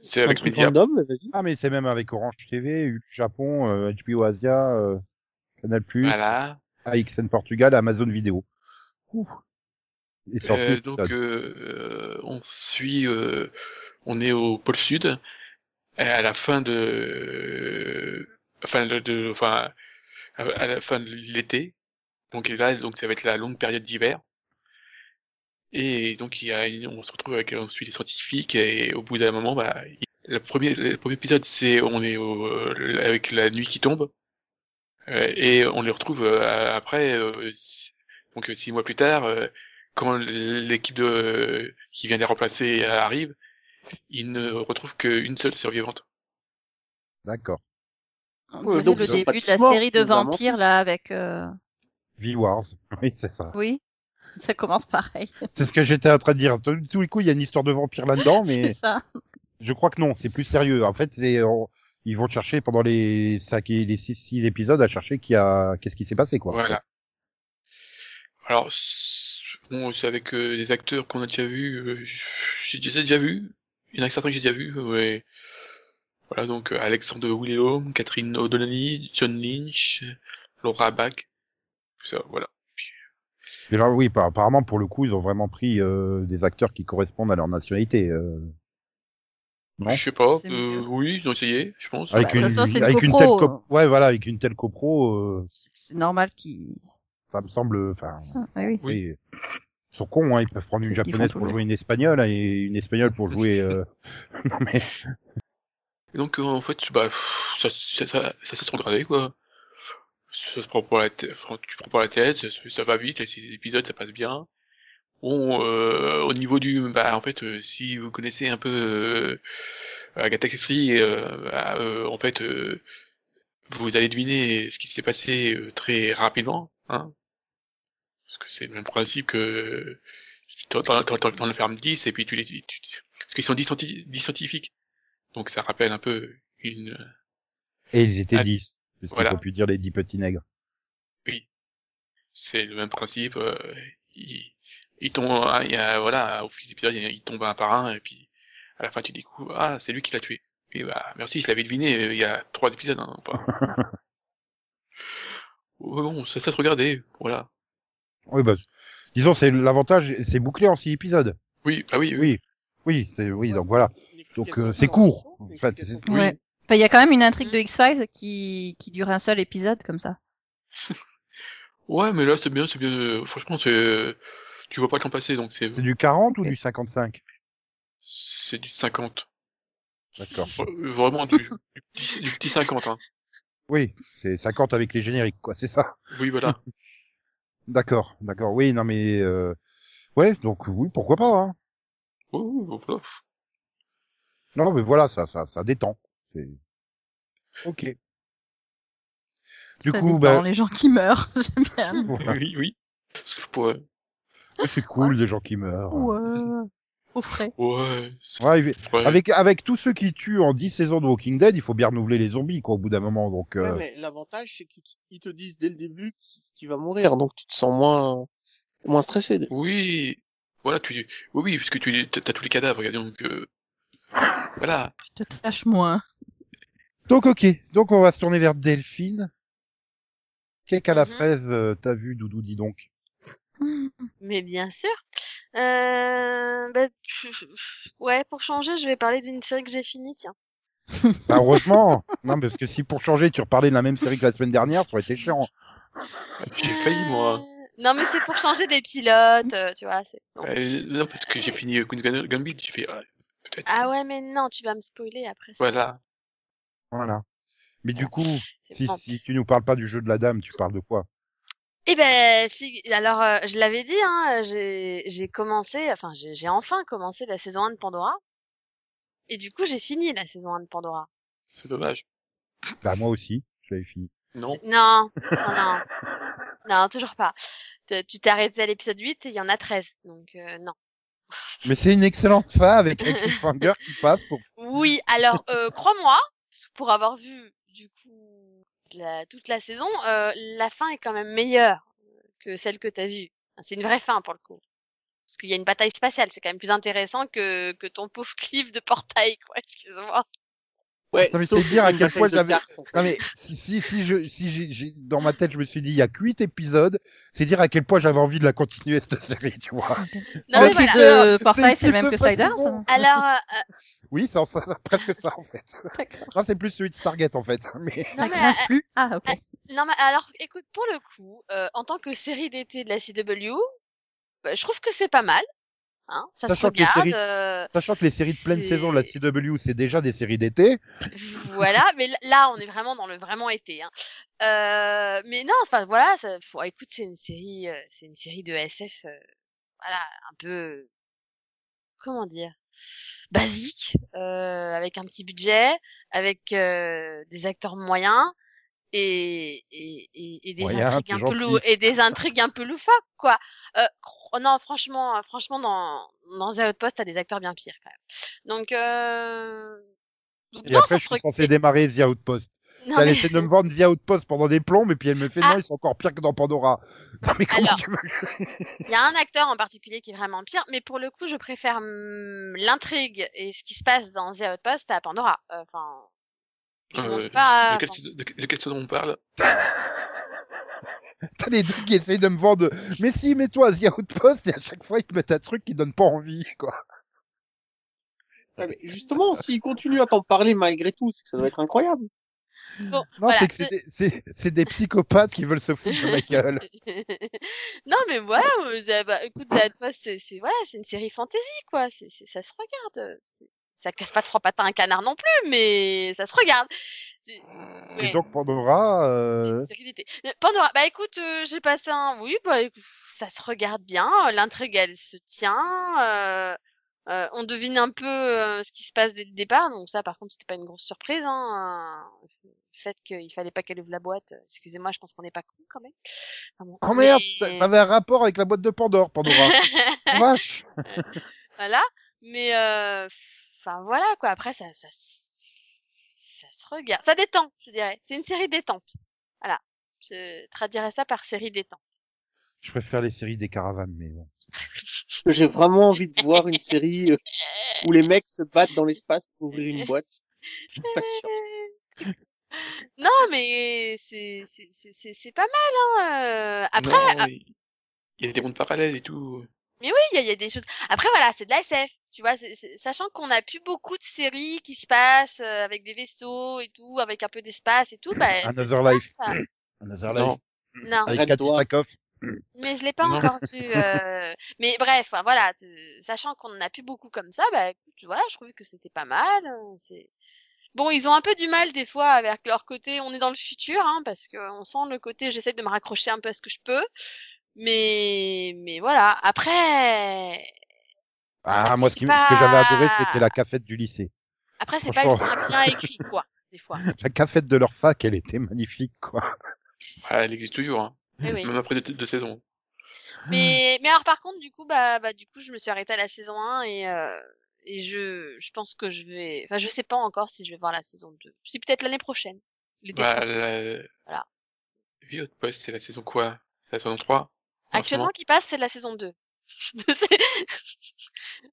Speaker 4: C'est
Speaker 5: Un
Speaker 4: avec
Speaker 5: truc
Speaker 4: Media.
Speaker 5: random, mais vas-y.
Speaker 2: Ah, mais c'est même avec Orange TV, U Japon, euh, HBO Asia, euh, Canal+,
Speaker 4: Voilà.
Speaker 2: AXN Portugal, Amazon Vidéo. Ouh. Et sorti,
Speaker 4: Euh, donc,
Speaker 2: putain.
Speaker 4: euh, on suit, euh, on est au pôle sud. Et à la fin de, enfin, de, de- enfin, à- à la fin de l'été. Donc et là, donc ça va être la longue période d'hiver. Et donc il y a, une- on se retrouve avec, on suit les scientifiques et au bout d'un moment, bah, il- le premier, le premier épisode, c'est on est au, euh, avec la nuit qui tombe. Euh, et on les retrouve euh, après, euh, six- donc euh, six mois plus tard, euh, quand l'équipe de euh, qui vient les remplacer euh, arrive, ils ne retrouvent qu'une seule survivante.
Speaker 2: D'accord.
Speaker 6: On
Speaker 5: Ouais,
Speaker 6: dirait
Speaker 5: donc
Speaker 6: le
Speaker 5: ils ont pas
Speaker 6: début de
Speaker 5: tous
Speaker 6: la
Speaker 5: morts,
Speaker 6: série de
Speaker 5: évidemment.
Speaker 6: vampires là avec euh,
Speaker 2: V-Wars. Oui, c'est ça.
Speaker 6: oui ça commence pareil
Speaker 2: C'est ce que j'étais en train de dire. Tout, tout le coup, il y a une histoire de vampire là-dedans, mais
Speaker 6: c'est ça
Speaker 2: Je crois que non, c'est plus sérieux. En fait, c'est, on- ils vont chercher pendant les cinq et les six, six épisodes à chercher qui a, qu'est-ce qui s'est passé, quoi.
Speaker 4: Voilà. Alors, c'est- bon, c'est avec euh, des acteurs qu'on a déjà vus. euh, j'ai j'ai déjà vu. Il y en a certains que j'ai déjà vus. euh, Ouais. Voilà, donc euh, Alexandre Wilhelm, Catherine O'Donnelly, John Lynch, Laura Bach. Tout ça, voilà.
Speaker 2: Mais là, oui, par- apparemment, pour le coup, ils ont vraiment pris euh, des acteurs qui correspondent à leur nationalité. euh. Non.
Speaker 4: Je sais pas.
Speaker 6: C'est mieux.
Speaker 4: Euh, oui, ils ont essayé, je pense.
Speaker 2: Avec
Speaker 6: Bah, de toute façon, c'est une
Speaker 2: avec une telle
Speaker 6: copro, hein.
Speaker 2: cop- ouais, voilà, avec une telle copro, euh,
Speaker 6: C'est c'est normal qu'ils.
Speaker 2: ça me semble, enfin,
Speaker 6: Ah, oui.
Speaker 4: Oui.
Speaker 2: oui. Ils sont cons, hein, ils peuvent prendre une
Speaker 6: C'est ce qu'ils
Speaker 2: japonaise
Speaker 6: font
Speaker 2: pour
Speaker 6: toujours.
Speaker 2: jouer une espagnole et une espagnole pour jouer. euh, non mais
Speaker 4: Et donc, euh, en fait, bah, pff, ça, ça, ça, ça, ça se regardait, quoi. Ça se prend pas la tête, enfin, tu prends pas la tête, ça, se- ça va vite, les six épisodes, ça passe bien. Bon, euh, au niveau du, bah, en fait, euh, si vous connaissez un peu euh, Agatha Christie, euh, bah, euh, en fait, euh, vous allez deviner ce qui s'est passé euh, très rapidement, hein. Parce que c'est le même principe que t'en t'en- t'en- t'en- t'en fermes 10 et puis tu les, tu, tu- parce qu'ils sont 10 scienti- 10 scientifiques. Donc ça rappelle un peu une.
Speaker 2: et ils étaient
Speaker 4: Ah,
Speaker 2: dix, parce
Speaker 4: voilà.
Speaker 2: qu'on peut plus dire les dix petits nègres.
Speaker 4: C'est le même principe. Euh, il, il tombe, ah, il y a, voilà, au fil des épisodes, il y a- il tombe un par un et puis à la fin tu découvres ah c'est lui qui l'a tué. Et bah merci, je l'avais deviné. euh, Il y a trois épisodes, hein, pas. Ouais, bon, ça, ça se regardait, voilà.
Speaker 2: Oui, bah, disons, c'est l'avantage, c'est bouclé en six épisodes.
Speaker 4: Oui, ah oui,
Speaker 2: Oui, oui, c'est, oui, donc voilà. Donc euh, c'est court. En fait, c'est-
Speaker 6: Ouais. Enfin, il y a quand même une intrigue de X-Files qui, qui dure un seul épisode comme ça.
Speaker 4: Ouais, mais là c'est bien, c'est bien. euh, Franchement, c'est, tu vois pas le temps passer, donc c'est,
Speaker 2: c'est du 40
Speaker 6: Ok.
Speaker 2: ou du 55
Speaker 4: c'est du 50.
Speaker 2: D'accord.
Speaker 4: Euh, Vraiment du, du, petit, du petit 50, hein.
Speaker 2: Oui, c'est 50 avec les génériques, quoi. C'est ça.
Speaker 4: Oui, voilà.
Speaker 2: D'accord, d'accord. Oui, non mais euh... ouais, donc oui, pourquoi pas. Hein.
Speaker 4: Ouais, ouais, ouais, voilà.
Speaker 2: Non, non, mais voilà, ça, ça, ça détend. C'est... Ok. Du
Speaker 6: ça
Speaker 2: coup,
Speaker 6: détend
Speaker 2: bah-
Speaker 6: les gens qui meurent. J'aime bien.
Speaker 2: Voilà.
Speaker 4: Oui, oui. Sauf pour, euh,
Speaker 2: C'est cool, des gens qui meurent.
Speaker 6: Ouais. euh, Au frais.
Speaker 4: ouais, c'est-
Speaker 2: Ouais, il-
Speaker 4: ouais.
Speaker 2: avec avec tous ceux qui tuent en 10 saisons de Walking Dead, il faut bien renouveler les zombies quoi au bout d'un moment. Donc
Speaker 5: Ouais,
Speaker 2: euh,
Speaker 5: mais l'avantage, c'est qu'ils ils te disent dès le début qui- qui va mourir, donc tu te sens moins, moins stressé.
Speaker 4: Oui. Voilà, tu, oui, oui, puisque tu, t'as t'as tous les cadavres, regarde, donc, euh, voilà.
Speaker 6: Je te tâche moins.
Speaker 2: donc ok, donc on va se tourner vers Delphine. Cake à la
Speaker 3: Mhm.
Speaker 2: fraise, euh, t'as vu Doudou, dis donc.
Speaker 3: Mais bien sûr. Euh, bah, je- je- je- ouais, pour changer, je vais parler d'une série que j'ai finie, tiens.
Speaker 2: Bah, heureusement, non parce que si pour changer tu reparlais de la même série que la semaine dernière, ça aurait été chiant.
Speaker 4: J'ai failli, moi.
Speaker 3: Euh, Non, mais c'est pour changer des pilotes, euh, tu vois. c'est- non.
Speaker 4: Euh, non, parce que j'ai fini euh, Queen's Gam- Gambit, j'ai fait, ah, peut-être.
Speaker 3: Ah ouais, mais non, tu vas me spoiler après. c'est
Speaker 4: Voilà.
Speaker 2: Voilà. Mais du coup,
Speaker 3: C'est
Speaker 2: si,
Speaker 3: bon.
Speaker 2: si tu nous parles pas du jeu de la dame, tu parles de quoi
Speaker 3: Eh ben, fi- alors euh, je l'avais dit, hein, j'ai j'ai commencé, enfin j'ai j'ai enfin commencé la saison 1 de Pandora. Et du coup, j'ai fini la saison 1 de Pandora.
Speaker 4: C'est dommage.
Speaker 2: Bah moi aussi, je l'avais fini.
Speaker 4: Non.
Speaker 3: Non, non, non. Non, toujours pas. Te- Tu t'es arrêté à l'épisode 8 et il y en a 13, donc euh, non.
Speaker 2: Mais c'est une excellente fin avec un cliffhanger qui passe pour...
Speaker 3: Oui, alors euh, crois-moi, parce que pour avoir vu du coup la- toute la saison, euh, la fin est quand même meilleure euh, que celle que t'as vue. C'est une vraie fin pour le coup. Parce qu'il y a une bataille spatiale, c'est quand même plus intéressant que, que ton pauvre cliff de portail, quoi, excuse-moi.
Speaker 5: Ouais,
Speaker 2: Ça me
Speaker 5: sauf
Speaker 2: fait dire
Speaker 5: que
Speaker 2: à
Speaker 5: c'est
Speaker 2: quel
Speaker 5: une
Speaker 2: point
Speaker 5: bataille de
Speaker 2: j'avais-
Speaker 5: cartes, en fait.
Speaker 2: Non mais si, si, si, je, si j'ai, j'ai- dans ma tête je me suis dit il y a que huit épisodes, c'est dire à quel point j'avais envie de la continuer cette série, tu vois.
Speaker 3: Non,
Speaker 6: Bah,
Speaker 2: Ah,
Speaker 3: mais
Speaker 2: ok. voilà.
Speaker 3: voilà.
Speaker 6: de Portail, c'est le
Speaker 2: C'est
Speaker 6: même que
Speaker 2: pas
Speaker 6: Sliders.
Speaker 2: si bon.
Speaker 3: Alors, euh,
Speaker 2: Oui, c'est en- ça, presque ça en fait.
Speaker 6: D'accord.
Speaker 2: Là c'est plus celui de Stargate en fait. Mais...
Speaker 3: non,
Speaker 6: Ça
Speaker 3: mais,
Speaker 6: grince
Speaker 3: euh,
Speaker 6: plus. Ah, ok.
Speaker 3: non, mais alors, écoute, pour le coup, euh, en tant que série d'été de la CW, bah, je trouve que c'est pas mal. Hein, ça se
Speaker 2: Sachant que les
Speaker 3: regarde.
Speaker 2: séries-
Speaker 3: euh,
Speaker 2: Sachant que les séries de pleine
Speaker 3: C'est-
Speaker 2: saison de la CW c'est déjà des séries d'été,
Speaker 3: voilà, mais l- là, on est vraiment dans le vraiment été. Hein. Euh, mais non, c'est pas voilà. Ça, faut, ah, écoute, c'est une série, euh, c'est une série de SF, euh, voilà, un peu, comment dire, basique, euh, avec un petit budget, avec euh, des acteurs moyens et, et, et, et des
Speaker 2: Moyen,
Speaker 3: intrigues
Speaker 2: t'es
Speaker 3: un peu
Speaker 2: gentil.
Speaker 3: lou- et des intrigues un peu loufoques quoi. Euh, cro- non franchement euh, franchement dans dans The Outpost t'as des acteurs bien pires quand même. Donc euh... donc
Speaker 2: Et
Speaker 3: non,
Speaker 2: après,
Speaker 3: ça
Speaker 2: je
Speaker 3: se
Speaker 2: suis
Speaker 3: rec-
Speaker 2: censé démarrer via Outpost.
Speaker 3: Non,
Speaker 2: T'as
Speaker 3: mais-
Speaker 2: essayé de me vendre via Outpost pendant des plombs, et puis elle me fait
Speaker 3: Ah.
Speaker 2: non, ils sont encore pires que dans Pandora. Non, mais comment
Speaker 3: Alors.
Speaker 2: tu veux
Speaker 3: Il y a un acteur en particulier qui est vraiment pire, mais pour le coup, je préfère hum, l'intrigue et ce qui se passe dans The Outpost à Pandora. Euh, Enfin, je
Speaker 4: Euh,
Speaker 3: monte pas.
Speaker 4: de, quelle
Speaker 3: enfin,
Speaker 4: saison, de, de quelle saison on parle
Speaker 2: T'as les deux qui essayent de me vendre. Mais si, mets-toi via Outpost, et à chaque fois, ils te mettent un truc qui donne pas envie, quoi.
Speaker 5: Ouais, mais justement, s'il continue à t'en parler malgré tout, c'est que ça doit être incroyable.
Speaker 3: bon,
Speaker 2: Non,
Speaker 3: voilà.
Speaker 2: c'est que c'est des- c'est c'est des psychopathes qui veulent se foutre de ma gueule.
Speaker 3: non, mais voilà. euh, The- bah, écoute, The Outpost, c'est c'est- voilà, c'est une série fantasy, quoi. C'est c'est- ça se regarde. C'est- Ça casse pas trois pattes à un canard non plus, mais ça se regarde. C'est-
Speaker 2: Et
Speaker 3: ouais.
Speaker 2: donc Pandora, euh,
Speaker 3: C'est qu'il était. Euh, Pandora, bah écoute, euh, j'ai passé un. Oui, bah écoute, ça se regarde bien, euh, l'intrigue elle se tient, euh, euh, on devine un peu euh, ce qui se passe dès le départ, donc ça par contre c'était pas une grosse surprise, hein. euh, le fait qu'il fallait pas qu'elle ouvre la boîte, euh, excusez-moi, je pense qu'on n'est pas con quand même. Enfin bon,
Speaker 2: oh merde,
Speaker 3: mais-
Speaker 2: ça ça avait un rapport avec la boîte de Pandore, Pandora. Vache.
Speaker 3: voilà, mais euh, enfin voilà quoi, après ça, ça, se- ça se regarde, ça détend, je dirais, c'est une série détente, voilà, je traduirais ça par série détente.
Speaker 2: Je préfère les séries des caravanes, mais bon.
Speaker 5: J'ai vraiment envie de voir une série euh, où les mecs se battent dans l'espace pour ouvrir une boîte. Je suis pas sûr.
Speaker 3: non, mais c'est c'est- c'est- c'est- c'est pas mal. Hein. euh, Après,
Speaker 4: Non, il il y a des mondes parallèles et tout.
Speaker 3: mais oui, il y, a- il y a des choses. Après, voilà, c'est de la SF. Tu vois, c'est- c'est- sachant qu'on a plus beaucoup de séries qui se passent euh, avec des vaisseaux et tout, avec un peu d'espace et tout, bah, c'est-
Speaker 2: Another
Speaker 3: c'est
Speaker 2: Life.
Speaker 3: ça.
Speaker 2: Another
Speaker 4: Non.
Speaker 2: Life.
Speaker 3: Non,
Speaker 2: Avec
Speaker 5: Red
Speaker 2: Cathy
Speaker 5: Dwarf.
Speaker 2: Sakoff.
Speaker 3: mais je l'ai pas
Speaker 4: Non.
Speaker 3: encore vu. euh, Mais bref, enfin, voilà, euh, sachant qu'on en a plus beaucoup comme ça, bah, écoute, voilà, je trouvais que c'était pas mal. euh, C'est Bon, ils ont un peu du mal des fois avec leur côté on est dans le futur, hein, parce que on sent le côté j'essaie de me raccrocher un peu à ce que je peux. Mais, mais voilà. Après,
Speaker 2: Ah,
Speaker 3: Ah,
Speaker 2: moi,
Speaker 3: c'est
Speaker 2: ce, qui- ce que
Speaker 3: pas-
Speaker 2: j'avais adoré, c'était la cafette du lycée.
Speaker 3: après, c'est pas
Speaker 2: Franchement.
Speaker 3: ultra bien écrit, quoi, des fois.
Speaker 2: La cafette de leur fac, elle était magnifique, quoi.
Speaker 4: Voilà, elle existe toujours, hein.
Speaker 3: Eh Oui, oui.
Speaker 4: même après deux, deux saisons. Ah.
Speaker 3: Mais, mais alors, par contre, du coup, bah, bah, du coup, je me suis arrêtée à la saison 1 et, euh, et je, je pense que je vais, enfin, je sais pas encore si je vais voir la saison 2. C'est peut-être l'année prochaine. L'été
Speaker 4: Bah,
Speaker 3: prochain.
Speaker 4: la...
Speaker 3: Voilà.
Speaker 4: Vie haute poste, c'est la saison quoi C'est la saison 3
Speaker 3: Actuellement, qui passe, c'est la saison 2.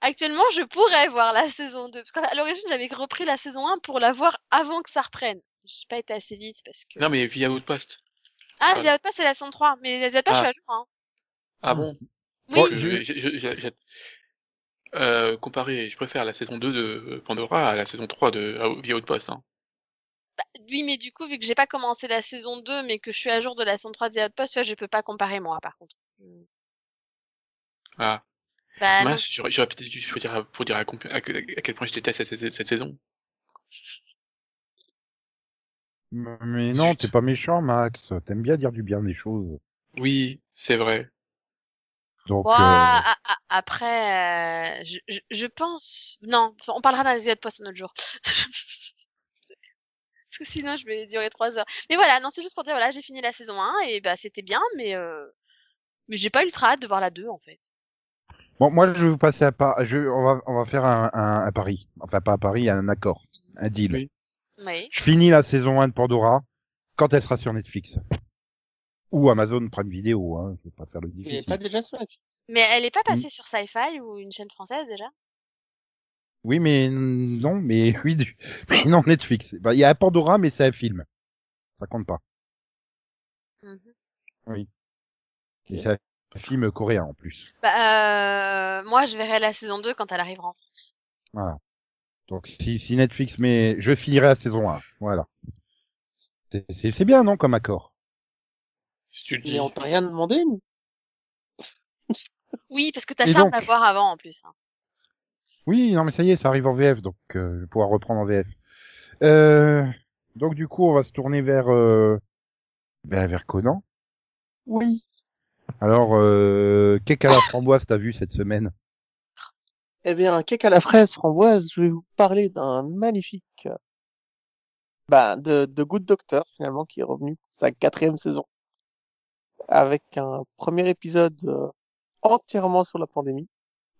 Speaker 3: Actuellement, je pourrais voir la saison 2. Parce qu'à l'origine, j'avais repris la saison 1 pour la voir avant que ça reprenne. J'ai pas été assez vite parce que.
Speaker 4: Non, mais Vie haute poste.
Speaker 3: ah,
Speaker 4: ouais.
Speaker 3: The Outpost, c'est la saison 3. Mais The Outpost, je suis à jour, hein.
Speaker 4: Ah bon
Speaker 3: Oui.
Speaker 2: Bon,
Speaker 4: Je-
Speaker 2: je-
Speaker 4: je- je- je- je- Euh, comparé, je préfère la saison 2 de Pandora à la saison 3 de à- Vie haute poste. Hein.
Speaker 3: Oui, mais du coup, vu que j'ai pas commencé la saison 2, mais que je suis à jour de la saison 3 de The Outpost, tu vois, je peux pas comparer moi, par contre.
Speaker 4: Ah,
Speaker 3: Bah, non.
Speaker 4: mince, j'aurais j'aurais peut-être dû choisir à- pour dire à, compi- à que- à quel point je déteste cette, cette- cette saison.
Speaker 2: Mais non, t'es pas méchant, Max. T'aimes bien dire du bien des choses.
Speaker 4: Oui, c'est vrai.
Speaker 2: Donc,
Speaker 3: Ouah,
Speaker 2: euh,
Speaker 3: a- a- après, euh, je, je, je pense. Non, on parlera d'un épisode post un autre jour. Parce que sinon, je vais durer trois heures. Mais voilà, non, c'est juste pour dire, voilà, j'ai fini la saison 1 et bah c'était bien, mais euh, mais j'ai pas ultra hâte de voir la 2 en fait.
Speaker 2: bon, moi, je vais vous passer à Paris. Je... On, va... on va faire un, un... un pari. Enfin, pas un pari, un accord. Un deal.
Speaker 4: Oui.
Speaker 3: Oui.
Speaker 2: Je finis la saison 1 de Pandora quand elle sera sur Netflix. Ou Amazon Prime Video, hein. Je vais pas faire le
Speaker 5: Il est
Speaker 2: difficile.
Speaker 5: pas déjà hein, sur la fixe.
Speaker 3: Mais elle
Speaker 2: Mmh.
Speaker 3: est pas passée sur Sci-Fi ou une chaîne française déjà
Speaker 2: Oui, mais non, mais oui, du... mais non, Netflix. Bah, Il y a Pandora, mais c'est un film. Ça compte pas.
Speaker 3: Mhm.
Speaker 2: Et c'est un film coréen, en plus.
Speaker 3: Bah, euh, moi, je verrai la saison 2 quand elle arrivera en France.
Speaker 2: Voilà. Donc, si, si Netflix, mais je finirai la saison 1. Voilà. C'est- C'est c'est bien, non, comme accord.
Speaker 4: Si tu le dis.
Speaker 5: Mais on t'a rien demandé, nous.
Speaker 3: Oui, parce que
Speaker 2: Et
Speaker 3: t'acharnes
Speaker 2: donc
Speaker 3: à voir avant en plus. hein.
Speaker 2: Oui, non, mais ça y est, ça arrive en VF, donc euh, je vais pouvoir reprendre en VF. Euh, donc, du coup, on va se tourner vers, euh, ben, vers Conan.
Speaker 5: Oui.
Speaker 2: Alors, euh, qu'est-ce qu'à la framboise t'as vu cette semaine
Speaker 5: Eh bien, un cake à la fraise framboise, je vais vous parler d'un magnifique bah, de, de Good Doctor, finalement, qui est revenu pour sa quatrième saison. Avec un premier épisode euh, entièrement sur la pandémie.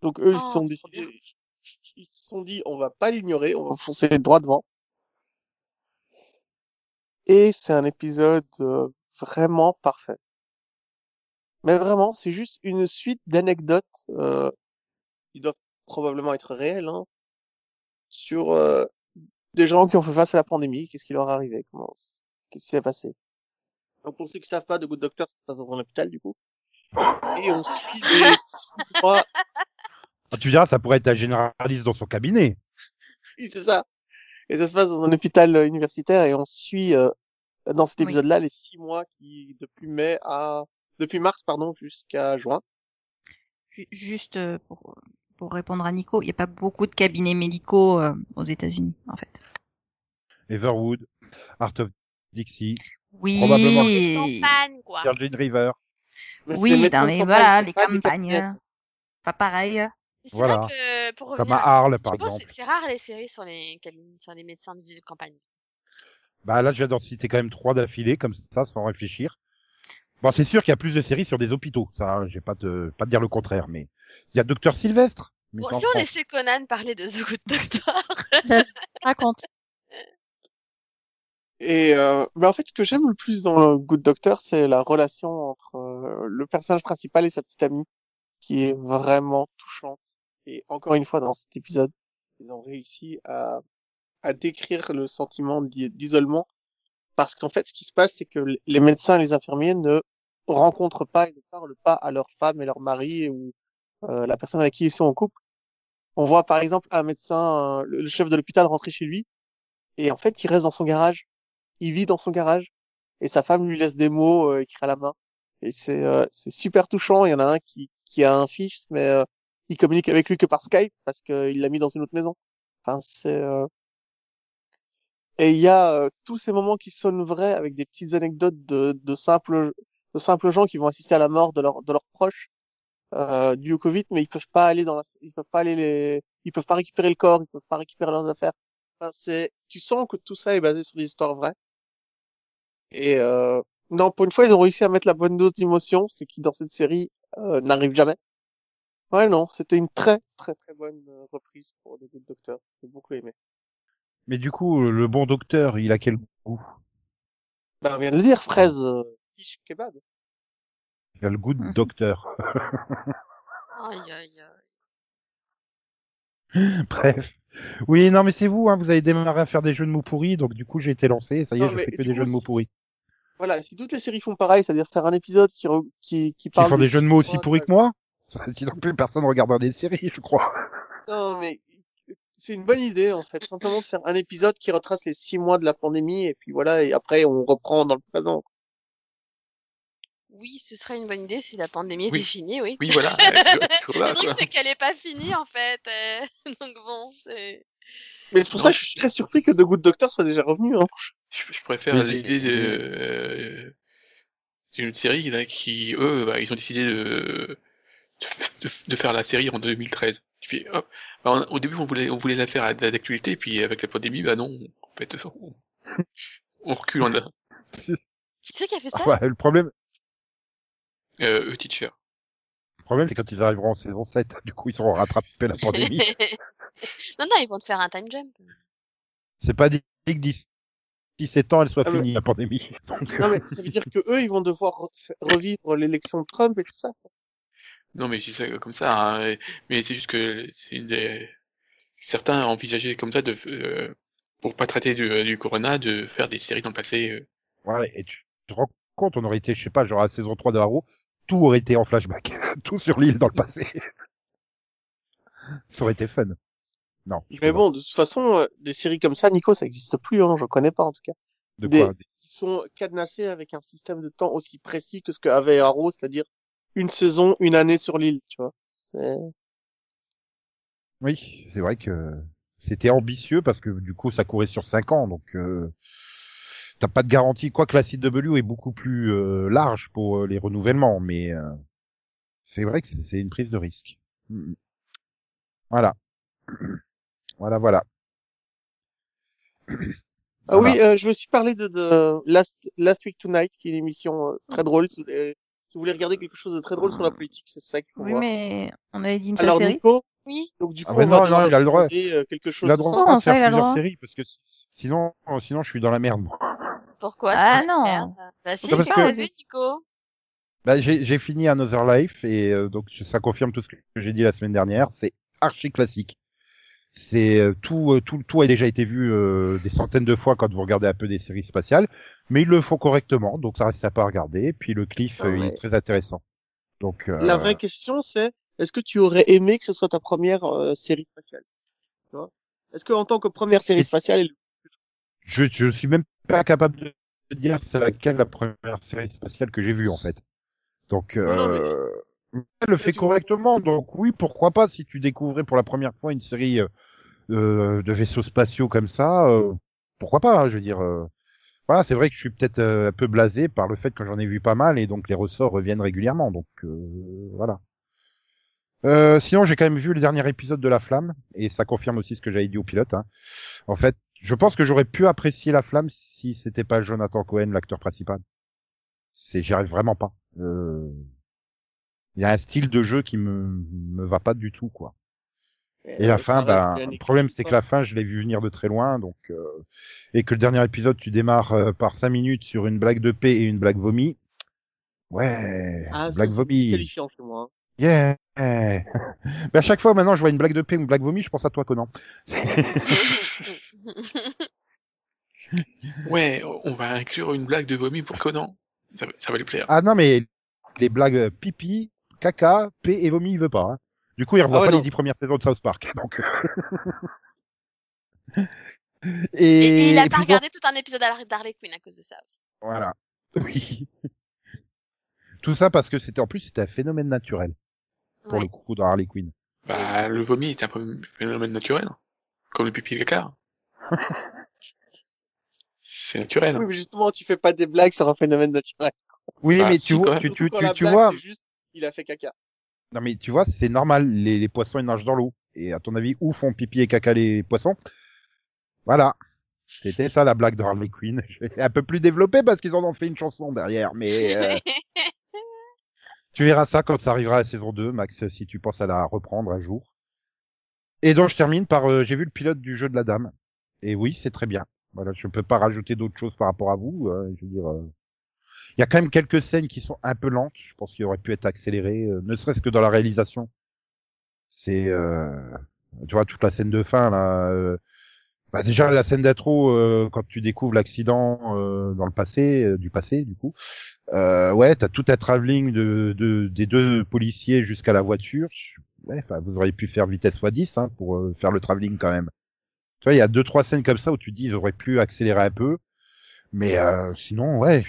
Speaker 5: Donc eux, ils
Speaker 3: Oh,
Speaker 5: se sont
Speaker 3: trop
Speaker 5: décidés,
Speaker 3: bien.
Speaker 5: ils se sont dit, on va pas l'ignorer, on va foncer droit devant. Et c'est un épisode euh, vraiment parfait. Mais vraiment, c'est juste une suite d'anecdotes euh, qui doivent probablement être réelles hein, sur euh, des gens qui ont fait face à la pandémie, qu'est-ce qui leur est arrivé, comment, qu'est-ce qui s'est passé. Donc pour ceux qui savent pas, de Good Doctor, ça se passe dans un hôpital du coup. Et on suit les six mois
Speaker 2: Ah, tu diras, ça pourrait être un généraliste dans son cabinet.
Speaker 5: Oui, c'est ça. Et ça se passe dans un hôpital euh, universitaire et on suit euh, dans cet
Speaker 6: Oui.
Speaker 5: épisode-là les six mois qui depuis mai à depuis mars pardon jusqu'à juin.
Speaker 6: Ju- Juste euh, pour, pour répondre à Nico, il n'y a pas beaucoup de cabinets médicaux euh, aux États-Unis, en fait.
Speaker 2: Everwood, Art of Dixie, Probablement.
Speaker 6: Oui,
Speaker 3: Campagne, quoi.
Speaker 2: Virgin River.
Speaker 5: Mais c'est des
Speaker 6: oui,
Speaker 5: médecins
Speaker 6: non,
Speaker 5: de
Speaker 6: mais
Speaker 5: campagne,
Speaker 6: voilà,
Speaker 5: c'est
Speaker 6: les
Speaker 5: pas des
Speaker 6: campagnes,
Speaker 5: cabinets.
Speaker 6: euh, pas pareil.
Speaker 3: Mais c'est
Speaker 2: Voilà.
Speaker 3: vrai que, pour
Speaker 2: Comme
Speaker 3: revenir
Speaker 2: à
Speaker 3: à-
Speaker 2: Arles, par
Speaker 3: Oh, je pense que
Speaker 2: exemple.
Speaker 3: c'est- c'est rare les séries sur les, cabines- sur les médecins de ville de campagne.
Speaker 2: Bah là, je viens d'en citer quand même trois d'affilée, comme ça, sans réfléchir. Bon, c'est sûr qu'il y a plus de séries sur des hôpitaux, ça, j'ai pas te, pas te dire le contraire, mais il y a Docteur Sylvestre. mais
Speaker 3: Bon,
Speaker 2: c'est en
Speaker 3: si on
Speaker 2: France.
Speaker 3: laissait Conan parler de The Good Doctor,
Speaker 6: Ça se raconte.
Speaker 5: Et euh, mais en fait, ce que j'aime le plus dans le Good Doctor, c'est la relation entre euh, le personnage principal et sa petite amie, qui est vraiment touchante. Et encore une fois, dans cet épisode, ils ont réussi à, à décrire le sentiment d'i- d'isolement, parce qu'en fait, ce qui se passe, c'est que l- les médecins et les infirmiers ne rencontrent pas et ne parlent pas à leurs femmes et leurs maris ou euh, la personne avec qui ils sont en couple. On voit par exemple un médecin, euh, le le chef de l'hôpital, rentrer chez lui, et en fait, il reste dans son garage il vit dans son garage et sa femme lui laisse des mots euh, écrits à la main. Et c'est euh, c'est super touchant. Il y en a un qui, qui a un fils, mais euh, il communique avec lui que par Skype parce qu'il l'a mis dans une autre maison. Enfin, c'est euh, et il y a euh, tous ces moments qui sonnent vrais avec des petites anecdotes de, de simples de simples gens qui vont assister à la mort de leurs de leurs proches euh, dû au Covid, mais ils peuvent pas aller dans la, ils peuvent pas aller les, ils peuvent pas récupérer le corps, ils peuvent pas récupérer leurs affaires. Enfin, c'est, tu sens que tout ça est basé sur des histoires vraies. Et euh, non, pour une fois, ils ont réussi à mettre la bonne dose d'émotion, ce qui dans cette série euh, n'arrive jamais. Ouais, non, c'était une très très très bonne euh, reprise pour The Good Doctor. J'ai beaucoup aimé.
Speaker 2: Mais du coup, euh, le bon docteur, il a quel goût?
Speaker 5: Ben, on vient de le dire, fraise, euh, quiche, kebab.
Speaker 2: Il a le goût
Speaker 5: Mhm.
Speaker 2: de docteur.
Speaker 3: aïe, aïe, aïe.
Speaker 2: Bref. Oui, non, mais c'est vous, hein, vous avez démarré à faire des jeux de mots pourris, donc du coup, j'ai été lancé, et ça y est,
Speaker 5: Non,
Speaker 2: je
Speaker 5: mais
Speaker 2: fais que
Speaker 5: du
Speaker 2: des
Speaker 5: coup,
Speaker 2: jeux de mots
Speaker 5: si-
Speaker 2: pourris.
Speaker 5: Voilà, si toutes les séries font pareil, c'est-à-dire faire un épisode qui re- qui
Speaker 2: Qui
Speaker 5: qui parle
Speaker 2: font des
Speaker 5: six
Speaker 2: jeux de mots aussi
Speaker 5: mois de euh,
Speaker 2: pourris que moi? Ça dit non plus, personne regardera des séries, je crois.
Speaker 5: Non, mais c'est une bonne idée, en fait. Simplement de faire un épisode qui retrace les six mois de la pandémie, et puis voilà, et après, on reprend dans le présent.
Speaker 3: Oui, ce serait une bonne idée si la pandémie était
Speaker 4: Oui.
Speaker 3: finie, oui.
Speaker 4: Oui, voilà. euh, tu
Speaker 3: Le
Speaker 2: Bah,
Speaker 4: vois,
Speaker 3: truc,
Speaker 4: quoi.
Speaker 3: c'est qu'elle est pas finie, en fait. euh, Donc bon, c'est...
Speaker 5: Mais c'est pour ça que je suis très surpris que The Good Doctor soit déjà revenu, hein.
Speaker 4: Je, je préfère
Speaker 2: Mais-
Speaker 4: l'idée de euh, d'une autre série là, qui, eux, bah, ils ont décidé de, de, de faire la série en 2013. Tu fais, hop. Bah, on- au début, on voulait, on voulait la faire à la- d'actualité, puis avec la pandémie, bah non, en fait, on, on recule en un.
Speaker 3: Qui c'est qui a fait ça
Speaker 2: Ah Ouais, le problème,
Speaker 4: Euh, eux, teacher.
Speaker 2: le problème, c'est quand ils arriveront en saison 7, du coup, ils seront rattrapés la pandémie.
Speaker 3: Non, non, ils vont te faire un time jump.
Speaker 2: C'est pas dit que d'ici 17 ans, elle soit
Speaker 5: Ah, mais-
Speaker 2: finie, la pandémie. Donc,
Speaker 5: Non, mais ça veut dire que eux, ils vont devoir refa- revivre l'élection de Trump et tout ça.
Speaker 4: Non, mais c'est ça, comme ça. hein, Mais c'est juste que c'est une des... certains envisageaient comme ça de, euh, pour pas traiter du, du corona, de faire des séries dans le passé. euh.
Speaker 2: Voilà, et tu te rends compte, on aurait été, je sais pas, genre à la saison 3 de Arrow, tout aurait été en flashback, tout sur l'île dans le passé. Ça aurait été fun. Non. je
Speaker 5: Mais
Speaker 2: plaisante.
Speaker 5: bon, de toute façon, euh, des séries comme ça, Nico, ça existe plus, hein. Je connais pas, en tout cas.
Speaker 2: De
Speaker 5: des-
Speaker 2: quoi
Speaker 5: Ils sont cadenassés avec un système de temps aussi précis que ce qu'avait Arrow, c'est-à-dire une saison, une année sur l'île, tu vois. C'est-
Speaker 2: Oui, c'est vrai que c'était ambitieux parce que du coup, ça courait sur 5 ans, donc euh, t'as pas de garantie. Quoique la CW est beaucoup plus euh, large pour euh, les renouvellements, mais euh, c'est vrai que c'est c'est une prise de risque. Mm. Voilà. Voilà, voilà.
Speaker 5: Ah
Speaker 2: Voilà.
Speaker 5: oui, euh, je veux aussi parler de, de Last, Last Week Tonight, qui est une émission euh, très drôle. Si vous, euh, si vous voulez regarder quelque chose de très drôle sur la politique, c'est ça qu'il faut
Speaker 6: Oui,
Speaker 5: voir.
Speaker 6: mais on avait dit une seule
Speaker 5: Alors
Speaker 6: série.
Speaker 5: Nico,
Speaker 3: Oui.
Speaker 5: donc du coup,
Speaker 2: Ah bah
Speaker 5: on va
Speaker 2: non,
Speaker 5: devoir
Speaker 2: non, il a le droit.
Speaker 5: regarder, euh, quelque chose.
Speaker 2: Il a
Speaker 5: de
Speaker 2: droit
Speaker 5: simple.
Speaker 6: Comment
Speaker 2: de
Speaker 6: ça,
Speaker 2: faire
Speaker 6: il a le
Speaker 2: plusieurs
Speaker 6: droit
Speaker 2: séries parce que sinon, sinon, je suis dans la merde. moi.
Speaker 3: Pourquoi
Speaker 6: Ah
Speaker 3: tu
Speaker 6: non.
Speaker 3: regardes Bah si,
Speaker 2: Non, parce
Speaker 3: tu
Speaker 2: que-
Speaker 3: l'as vu, Nico.
Speaker 2: Bah, j'ai j'ai fini Another Life et euh, donc ça confirme tout ce que j'ai dit la semaine dernière. C'est archi classique. C'est euh, tout, euh, tout, tout a déjà été vu euh, des centaines de fois quand vous regardez un peu des séries spatiales, mais ils le font correctement, donc ça reste à pas regarder. Puis le cliff
Speaker 5: Ah
Speaker 2: euh, il
Speaker 5: ouais.
Speaker 2: est très intéressant. Donc euh,
Speaker 5: La vraie question, c'est est-ce que tu aurais aimé que ce soit ta première euh, série spatiale Tu vois Est-ce que en tant que première série
Speaker 2: Et-
Speaker 5: spatiale, elle-
Speaker 2: je, je suis même pas capable de dire c'est laquelle la première série spatiale que j'ai vue en fait. Donc euh,
Speaker 5: Non, non, mais-
Speaker 2: elle le fait correctement. Donc oui, pourquoi pas si tu découvrais pour la première fois une série euh, euh, de vaisseaux spatiaux comme ça, euh, pourquoi pas hein, Je veux dire, euh, voilà, c'est vrai que je suis peut-être euh, un peu blasé par le fait que j'en ai vu pas mal et donc les ressorts reviennent régulièrement. Donc euh, voilà. Euh, sinon, j'ai quand même vu le dernier épisode de La Flamme et ça confirme aussi ce que j'avais dit au pilote. hein. En fait, je pense que j'aurais pu apprécier La Flamme si c'était pas Jonathan Cohen, l'acteur principal. C'est, j'y arrive vraiment pas. Euh, Il y a un style de jeu qui me me va pas du tout quoi. Et la
Speaker 5: euh,
Speaker 2: fin,
Speaker 5: ça
Speaker 2: ben,
Speaker 5: reste bien
Speaker 2: le problème
Speaker 5: écrit,
Speaker 2: c'est que
Speaker 5: quoi.
Speaker 2: la fin, je l'ai vu venir de très loin, donc euh, et que le dernier épisode, tu démarres euh, par cinq minutes sur une blague de paix et une blague vomi. Ouais,
Speaker 5: Ah, ça,
Speaker 2: blague
Speaker 5: c'est
Speaker 2: vomi.
Speaker 5: disqualifiant chez moi. hein.
Speaker 2: Yeah. Mais à chaque fois maintenant, je vois une blague de paix ou une blague vomi, je pense à toi Conan.
Speaker 4: Ouais, on va inclure une blague de vomi pour Conan. Ça, va- ça va lui plaire.
Speaker 2: ah non mais les blagues euh, pipi, caca, paix et vomi, il veut pas. hein. Du coup, il revoit
Speaker 5: Ah ouais,
Speaker 2: pas
Speaker 5: non.
Speaker 2: les dix premières saisons de South Park. Donc. euh.
Speaker 3: Et, et il a
Speaker 2: et
Speaker 3: pas
Speaker 2: puis, bon,
Speaker 3: regardé tout un épisode d'Har- d'Harley Quinn à cause de ça aussi.
Speaker 2: Voilà. Oui. Tout ça parce que c'était en plus c'était un phénomène naturel pour
Speaker 3: Ouais.
Speaker 2: le coup dans Harley Quinn.
Speaker 4: Bah, le vomi est un peu- phénomène naturel. Comme le pipi et le caca. C'est naturel.
Speaker 5: Oui, mais justement, tu fais pas des blagues sur un phénomène naturel.
Speaker 2: Oui,
Speaker 4: Bah,
Speaker 2: mais
Speaker 4: si,
Speaker 2: tu
Speaker 4: quand
Speaker 2: vois,
Speaker 4: même.
Speaker 2: tu, tu,
Speaker 5: Surtout quand
Speaker 2: tu,
Speaker 5: la
Speaker 2: tu
Speaker 5: blague,
Speaker 2: vois,
Speaker 5: c'est juste, il a fait caca.
Speaker 2: non mais tu vois, c'est normal. Les, les poissons ils nagent dans l'eau. Et à ton avis, où font pipi et caca les poissons Voilà. C'était ça la blague de Harley Quinn. Je l'ai Un peu plus développée parce qu'ils en ont fait une chanson derrière. Mais euh, tu verras ça quand ça arrivera à la saison 2, Max, si tu penses à la reprendre un jour. Et donc je termine par euh, j'ai vu le pilote du jeu de la dame. Et oui, c'est très bien. Voilà, je ne peux pas rajouter d'autres choses par rapport à vous. euh, je veux dire, euh, il y a quand même quelques scènes qui sont un peu lentes. Je pense qu'il aurait pu être accéléré, euh, ne serait-ce que dans la réalisation. C'est, euh, tu vois, toute la scène de fin là. euh, bah, déjà la scène d'intro euh, quand tu découvres l'accident euh, dans le passé, euh, du passé du coup. Euh, ouais, t'as tout un travelling de, de- des deux policiers jusqu'à la voiture. Ouais, enfin, vous auriez pu faire vitesse x 10 hein, pour euh, faire le travelling quand même. Tu vois, il y a deux trois scènes comme ça où tu te dis ils auraient pu accélérer un peu, mais euh, sinon ouais.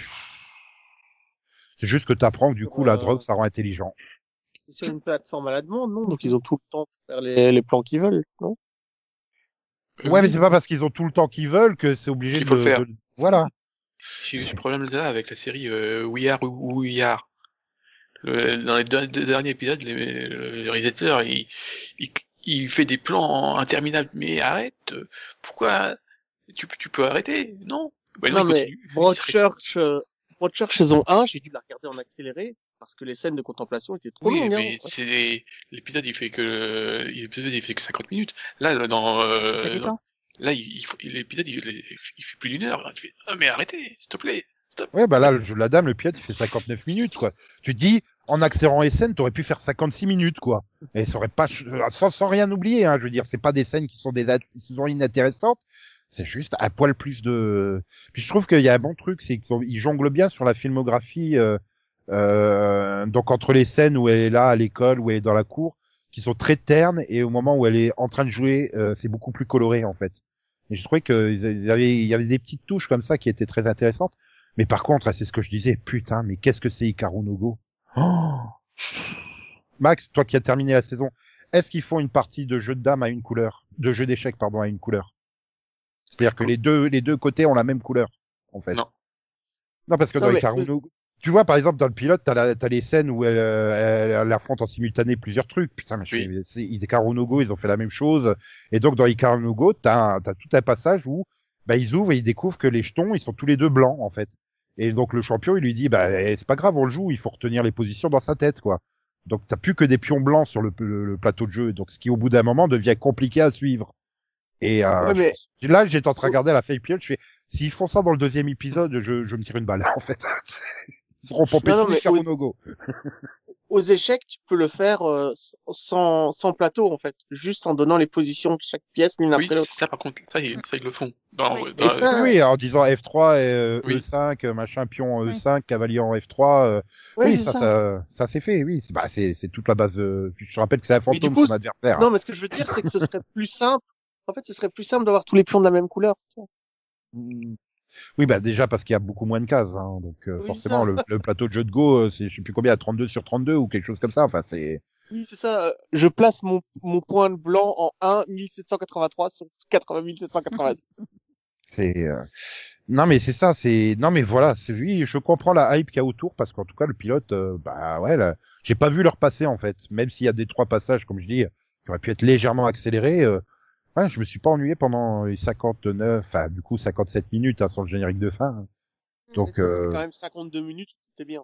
Speaker 2: C'est juste que t'apprends que du coup la
Speaker 5: Euh,
Speaker 2: drogue ça rend intelligent.
Speaker 5: C'est sur une plateforme à la demande, non?
Speaker 2: Mmh.
Speaker 5: Donc ils ont tout le temps pour faire les, les plans qu'ils veulent, non?
Speaker 2: Ouais, mais c'est pas parce qu'ils ont tout le temps qu'ils veulent que c'est obligé
Speaker 4: Qu'il
Speaker 2: de,
Speaker 4: faut le faire.
Speaker 2: de- Voilà.
Speaker 4: J'ai eu ce problème là avec la série euh, We Are Who We Are. Le- dans les deux, deux derniers épisodes, les- le réalisateur, il, il, il fait des plans interminables. Mais arrête, euh, pourquoi tu, tu peux arrêter Non. Bah
Speaker 5: non,
Speaker 4: il
Speaker 5: mais
Speaker 4: continue.
Speaker 5: Broadchurch, euh, Broadchurch saison 1, j'ai dû la regarder en accéléré parce que les scènes de contemplation étaient trop
Speaker 4: Oui,
Speaker 5: longues.
Speaker 4: mais
Speaker 5: hein.
Speaker 4: c'est des- l'épisode, il fait que l'épisode, il fait que 50 minutes. Là, dans euh,
Speaker 6: Ça dépend.
Speaker 4: là, il il faut- l'épisode, il, il, fait plus d'une heure. Tu fais, ah, mais arrêtez, s'il te plaît, stop.
Speaker 2: Ouais, bah là le jeu de la dame, le pilote il fait 59 minutes quoi. Tu te dis en accélérant les scènes, t'aurais pu faire 56 minutes quoi. Et ça aurait pas ch- euh, sans, sans rien oublier. Hein, je veux dire, c'est pas des scènes qui sont des qui sont inintéressantes. C'est juste un poil plus de. Puis je trouve qu'il y a un bon truc, c'est qu'ils ont- ils jonglent bien sur la filmographie. euh, euh, donc entre les scènes où elle est là à l'école, où elle est dans la cour, qui sont très ternes, et au moment où elle est en train de jouer, euh, c'est beaucoup plus coloré en fait. Et je trouvais qu'ils avaient, il y avait des petites touches comme ça qui étaient très intéressantes. Mais par contre, ah, c'est ce que je disais, putain, mais qu'est-ce que c'est Hikaru no Go Oh Max, toi qui as terminé la saison, est-ce qu'ils font une partie de jeu de dames à une couleur, de jeu d'échecs pardon à une couleur C'est-à-dire que les deux les deux côtés ont la même couleur en fait.
Speaker 4: Non.
Speaker 2: Non parce que
Speaker 5: Non,
Speaker 2: dans
Speaker 5: mais-
Speaker 2: Hikaru no Go, tu vois par exemple dans le pilote, t'as la- t'as les scènes où elle, euh, elle, elle affronte en simultané plusieurs trucs. Putain, mais je
Speaker 4: Oui.
Speaker 2: fais- c'est- Hikaru no Go, ils ont fait la même chose. Et donc dans Hikaru no Go, t'as un- t'as tout un passage où bah, ils ouvrent et ils découvrent que les jetons, ils sont tous les deux blancs, en fait. Et donc, le champion, il lui dit, bah, eh, c'est pas grave, on le joue, il faut retenir les positions dans sa tête, quoi. Donc, t'as plus que des pions blancs sur le, le- le plateau de jeu. Donc, ce qui, au bout d'un moment, devient compliqué à suivre. Et, euh,
Speaker 5: Ouais, mais
Speaker 2: je- là, j'étais en train de regarder la feuille pilote, je fais, s'ils font ça dans le deuxième épisode, je, je me tire une balle, en fait. ils seront pompés
Speaker 5: Non, non,
Speaker 2: tous
Speaker 5: mais
Speaker 2: sur
Speaker 5: aux-
Speaker 2: Monogo.
Speaker 5: aux échecs, tu peux le faire euh, s- sans, sans plateau, en fait. Juste en donnant les positions de chaque pièce l'une
Speaker 4: Oui,
Speaker 5: après l'autre.
Speaker 4: ça par contre, ça, ils, ça, ils le font. Bah, Dans,
Speaker 3: Oui.
Speaker 4: dans-
Speaker 5: Et ça-
Speaker 2: Oui, en disant F3 et euh,
Speaker 4: Oui.
Speaker 2: E5, euh, machin, pion
Speaker 6: Oui.
Speaker 2: E5, cavalier en F3, euh,
Speaker 5: Ouais,
Speaker 2: oui,
Speaker 5: c'est
Speaker 2: ça,
Speaker 5: ça.
Speaker 2: ça, ça s'est fait, oui. C'est- Bah, c'est, c'est toute la base. euh, Je te rappelle que c'est un
Speaker 5: Mais du
Speaker 2: fantôme,
Speaker 5: coup,
Speaker 2: son adversaire.
Speaker 5: Non, mais ce que je veux dire, c'est que ce serait plus simple. En fait, ce serait plus simple d'avoir tous les pions de la même couleur. tu vois.
Speaker 2: Oui, bah déjà parce qu'il y a beaucoup moins de cases, hein, donc euh,
Speaker 5: Oui,
Speaker 2: forcément
Speaker 5: ça.
Speaker 2: le, le plateau de jeu de Go, euh, c'est je sais plus combien, à 32 sur 32 ou quelque chose comme ça. Enfin, c'est.
Speaker 5: Oui, c'est ça. euh, Je place mon, mon point de blanc en 1 1783 sur 80 786.
Speaker 2: c'est euh, Non, mais c'est ça. C'est non, mais voilà. C'est oui, je comprends la hype qu'il y a autour parce qu'en tout cas le pilote, euh, bah ouais, là, j'ai pas vu leur passer en fait. Même s'il y a des trois passages, comme je dis, qui auraient pu être légèrement accélérés. euh, Ouais, je me suis pas ennuyé pendant les 59, enfin du coup 57 minutes hein, sans le générique de fin. hein. Donc
Speaker 5: Mm, Mais ça, ça fait
Speaker 2: euh,
Speaker 5: quand même 52 minutes, c'était bien.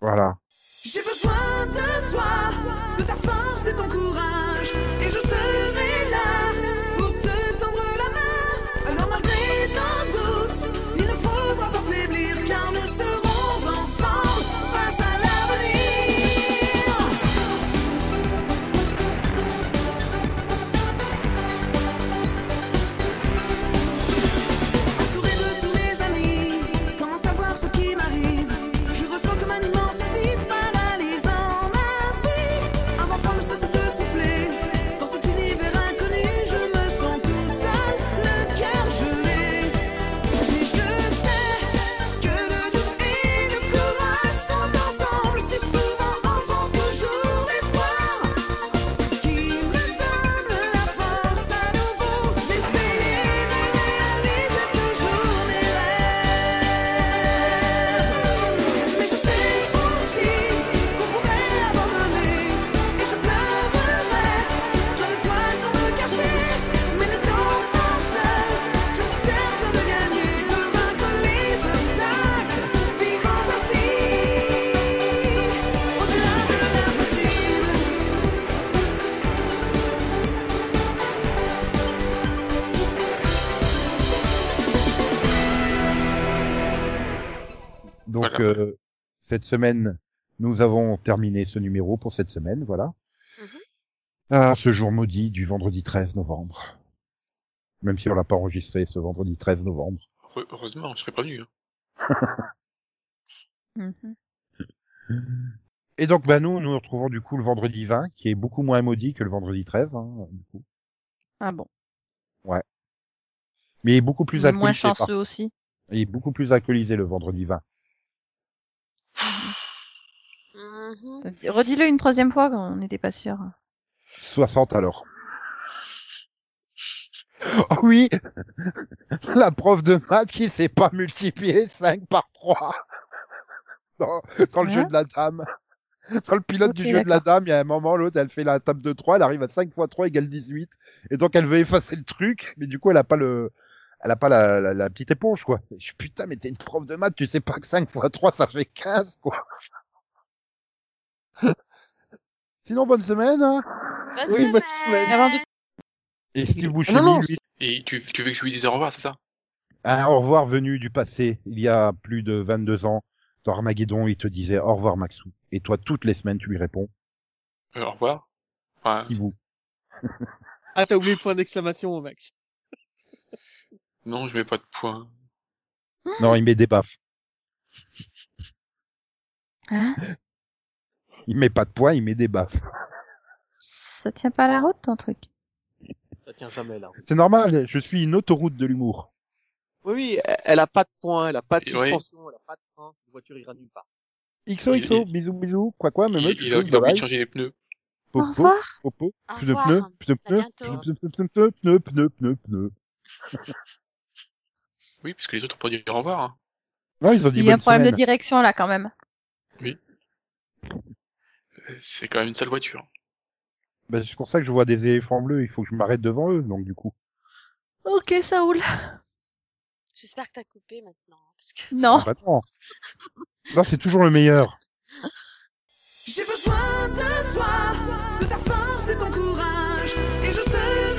Speaker 2: Voilà.
Speaker 7: J'ai besoin de toi, de ta force et ton courage. Et je serai là pour te tendre la main. Alors malgré ton doute, il ne faudra pas faiblir car nous serons ensemble face à l'avenir. Entouré de tous mes amis, comment savoir ce qui m'arrive Je ressens comme un immense vide paralysant ma vie. Avant forme cesse de souffler, dans cet univers inconnu, je me sens tout seul, le cœur gelé. Et je sais que le doute et le courage sont ensemble, si souvent enfant, toujours l'espoir. Ce qui me donne la force à nouveau d'essayer de réaliser toujours mes rêves. Mais je sais aussi qu'on pourrait l'abandonner et je pleurerai plein d'étoiles sans me cacher. Mais ne t'en pas seul, je suis certaine de gagner, de vaincre les obstacles, vivant ainsi au-delà de l'impossible.
Speaker 2: Donc
Speaker 4: Voilà.
Speaker 2: euh, cette semaine, nous avons terminé ce numéro pour cette semaine, voilà.
Speaker 3: Mhm.
Speaker 2: Ah, ce jour maudit du vendredi 13 novembre. Même si on l'a pas enregistré ce vendredi 13 novembre.
Speaker 4: Heure- Heureusement, je serais prévenu. hein.
Speaker 6: Mhm.
Speaker 2: Et donc bah nous nous nous retrouvons du coup le vendredi 20 qui est beaucoup moins maudit que le vendredi 13 hein, du coup.
Speaker 6: Ah bon.
Speaker 2: Mais il est beaucoup plus alcoolisé.
Speaker 6: moins
Speaker 2: par-
Speaker 6: chanceux aussi.
Speaker 2: Il est beaucoup plus alcoolisé le vendredi 20.
Speaker 3: Mhm.
Speaker 6: Redis-le une troisième fois quand on n'était pas sûr.
Speaker 2: 60 alors. Oh oui, la prof de maths qui sait pas multiplier 5 par 3 dans, dans le jeu
Speaker 6: Hein
Speaker 2: de la dame. Dans le pilote
Speaker 6: Ok,
Speaker 2: du jeu de la dame, il y a un moment, l'autre, elle fait la table de 3, elle arrive à 5 x 3 égale 18. Et donc, elle veut effacer le truc, mais du coup, elle a pas le, elle a pas la, la, la petite éponge, quoi. Je suis, putain, mais t'es une prof de maths, tu sais pas que 5 x 3, ça fait 15, quoi. Sinon, bonne semaine, hein.
Speaker 3: Bonne
Speaker 5: Oui, bonne semaine.
Speaker 6: Avant de-
Speaker 2: Et Steve Buscemi,
Speaker 5: non,
Speaker 2: lui,
Speaker 4: Et tu, tu veux que je lui dise au revoir, c'est ça
Speaker 2: Un au revoir venu du passé, il y a plus de 22 ans, dans Armageddon, il te disait au revoir Maxou. Et toi, toutes les semaines, tu lui réponds,
Speaker 4: Euh, Au revoir. Enfin,
Speaker 2: Kibou.
Speaker 5: Ah, t'as oublié le point d'exclamation, Max.
Speaker 4: non, je mets pas de points.
Speaker 6: Ah.
Speaker 2: Non, il met des baffes.
Speaker 6: Hein
Speaker 2: il met pas de points, il met des baffes.
Speaker 6: Ça tient pas la route ton truc.
Speaker 5: Ça tient jamais, là.
Speaker 2: C'est normal, je suis une autoroute de l'humour.
Speaker 5: Oui, oui, elle- elle a pas de points, elle a pas de
Speaker 4: Et ouais.
Speaker 5: suspension, elle a pas de frein, cette voiture ira nulle part.
Speaker 2: XOXO,
Speaker 4: Il-
Speaker 2: bisous, bisous, quoi quoi, mais
Speaker 4: il, il a, il a envie de changer les pneus.
Speaker 6: Au revoir.
Speaker 2: popo,
Speaker 3: Au
Speaker 2: plus de
Speaker 3: revoir.
Speaker 2: pneus, plus de
Speaker 3: À
Speaker 2: pneus,
Speaker 3: bientôt.
Speaker 2: plus de pneus, pneus, pneus, pneus, pneus, pneus, pneus.
Speaker 4: Oui, parce que les autres ont pas dit au revoir. hein.
Speaker 2: Non, ils ont dit
Speaker 6: Il y a un
Speaker 2: bonne
Speaker 6: problème
Speaker 2: semaine.
Speaker 6: de direction là quand même.
Speaker 4: Euh, C'est quand même une sale voiture.
Speaker 2: Ben, c'est pour ça que je vois des éléphants bleus, il faut que je m'arrête devant eux, donc du coup.
Speaker 6: Ok, ça roule.
Speaker 3: J'espère que t'as coupé maintenant. Parce que...
Speaker 6: Non.
Speaker 2: Ah bah non. Non, c'est toujours le meilleur.
Speaker 7: J'ai besoin de toi, de ta force et ton courage. Et je sais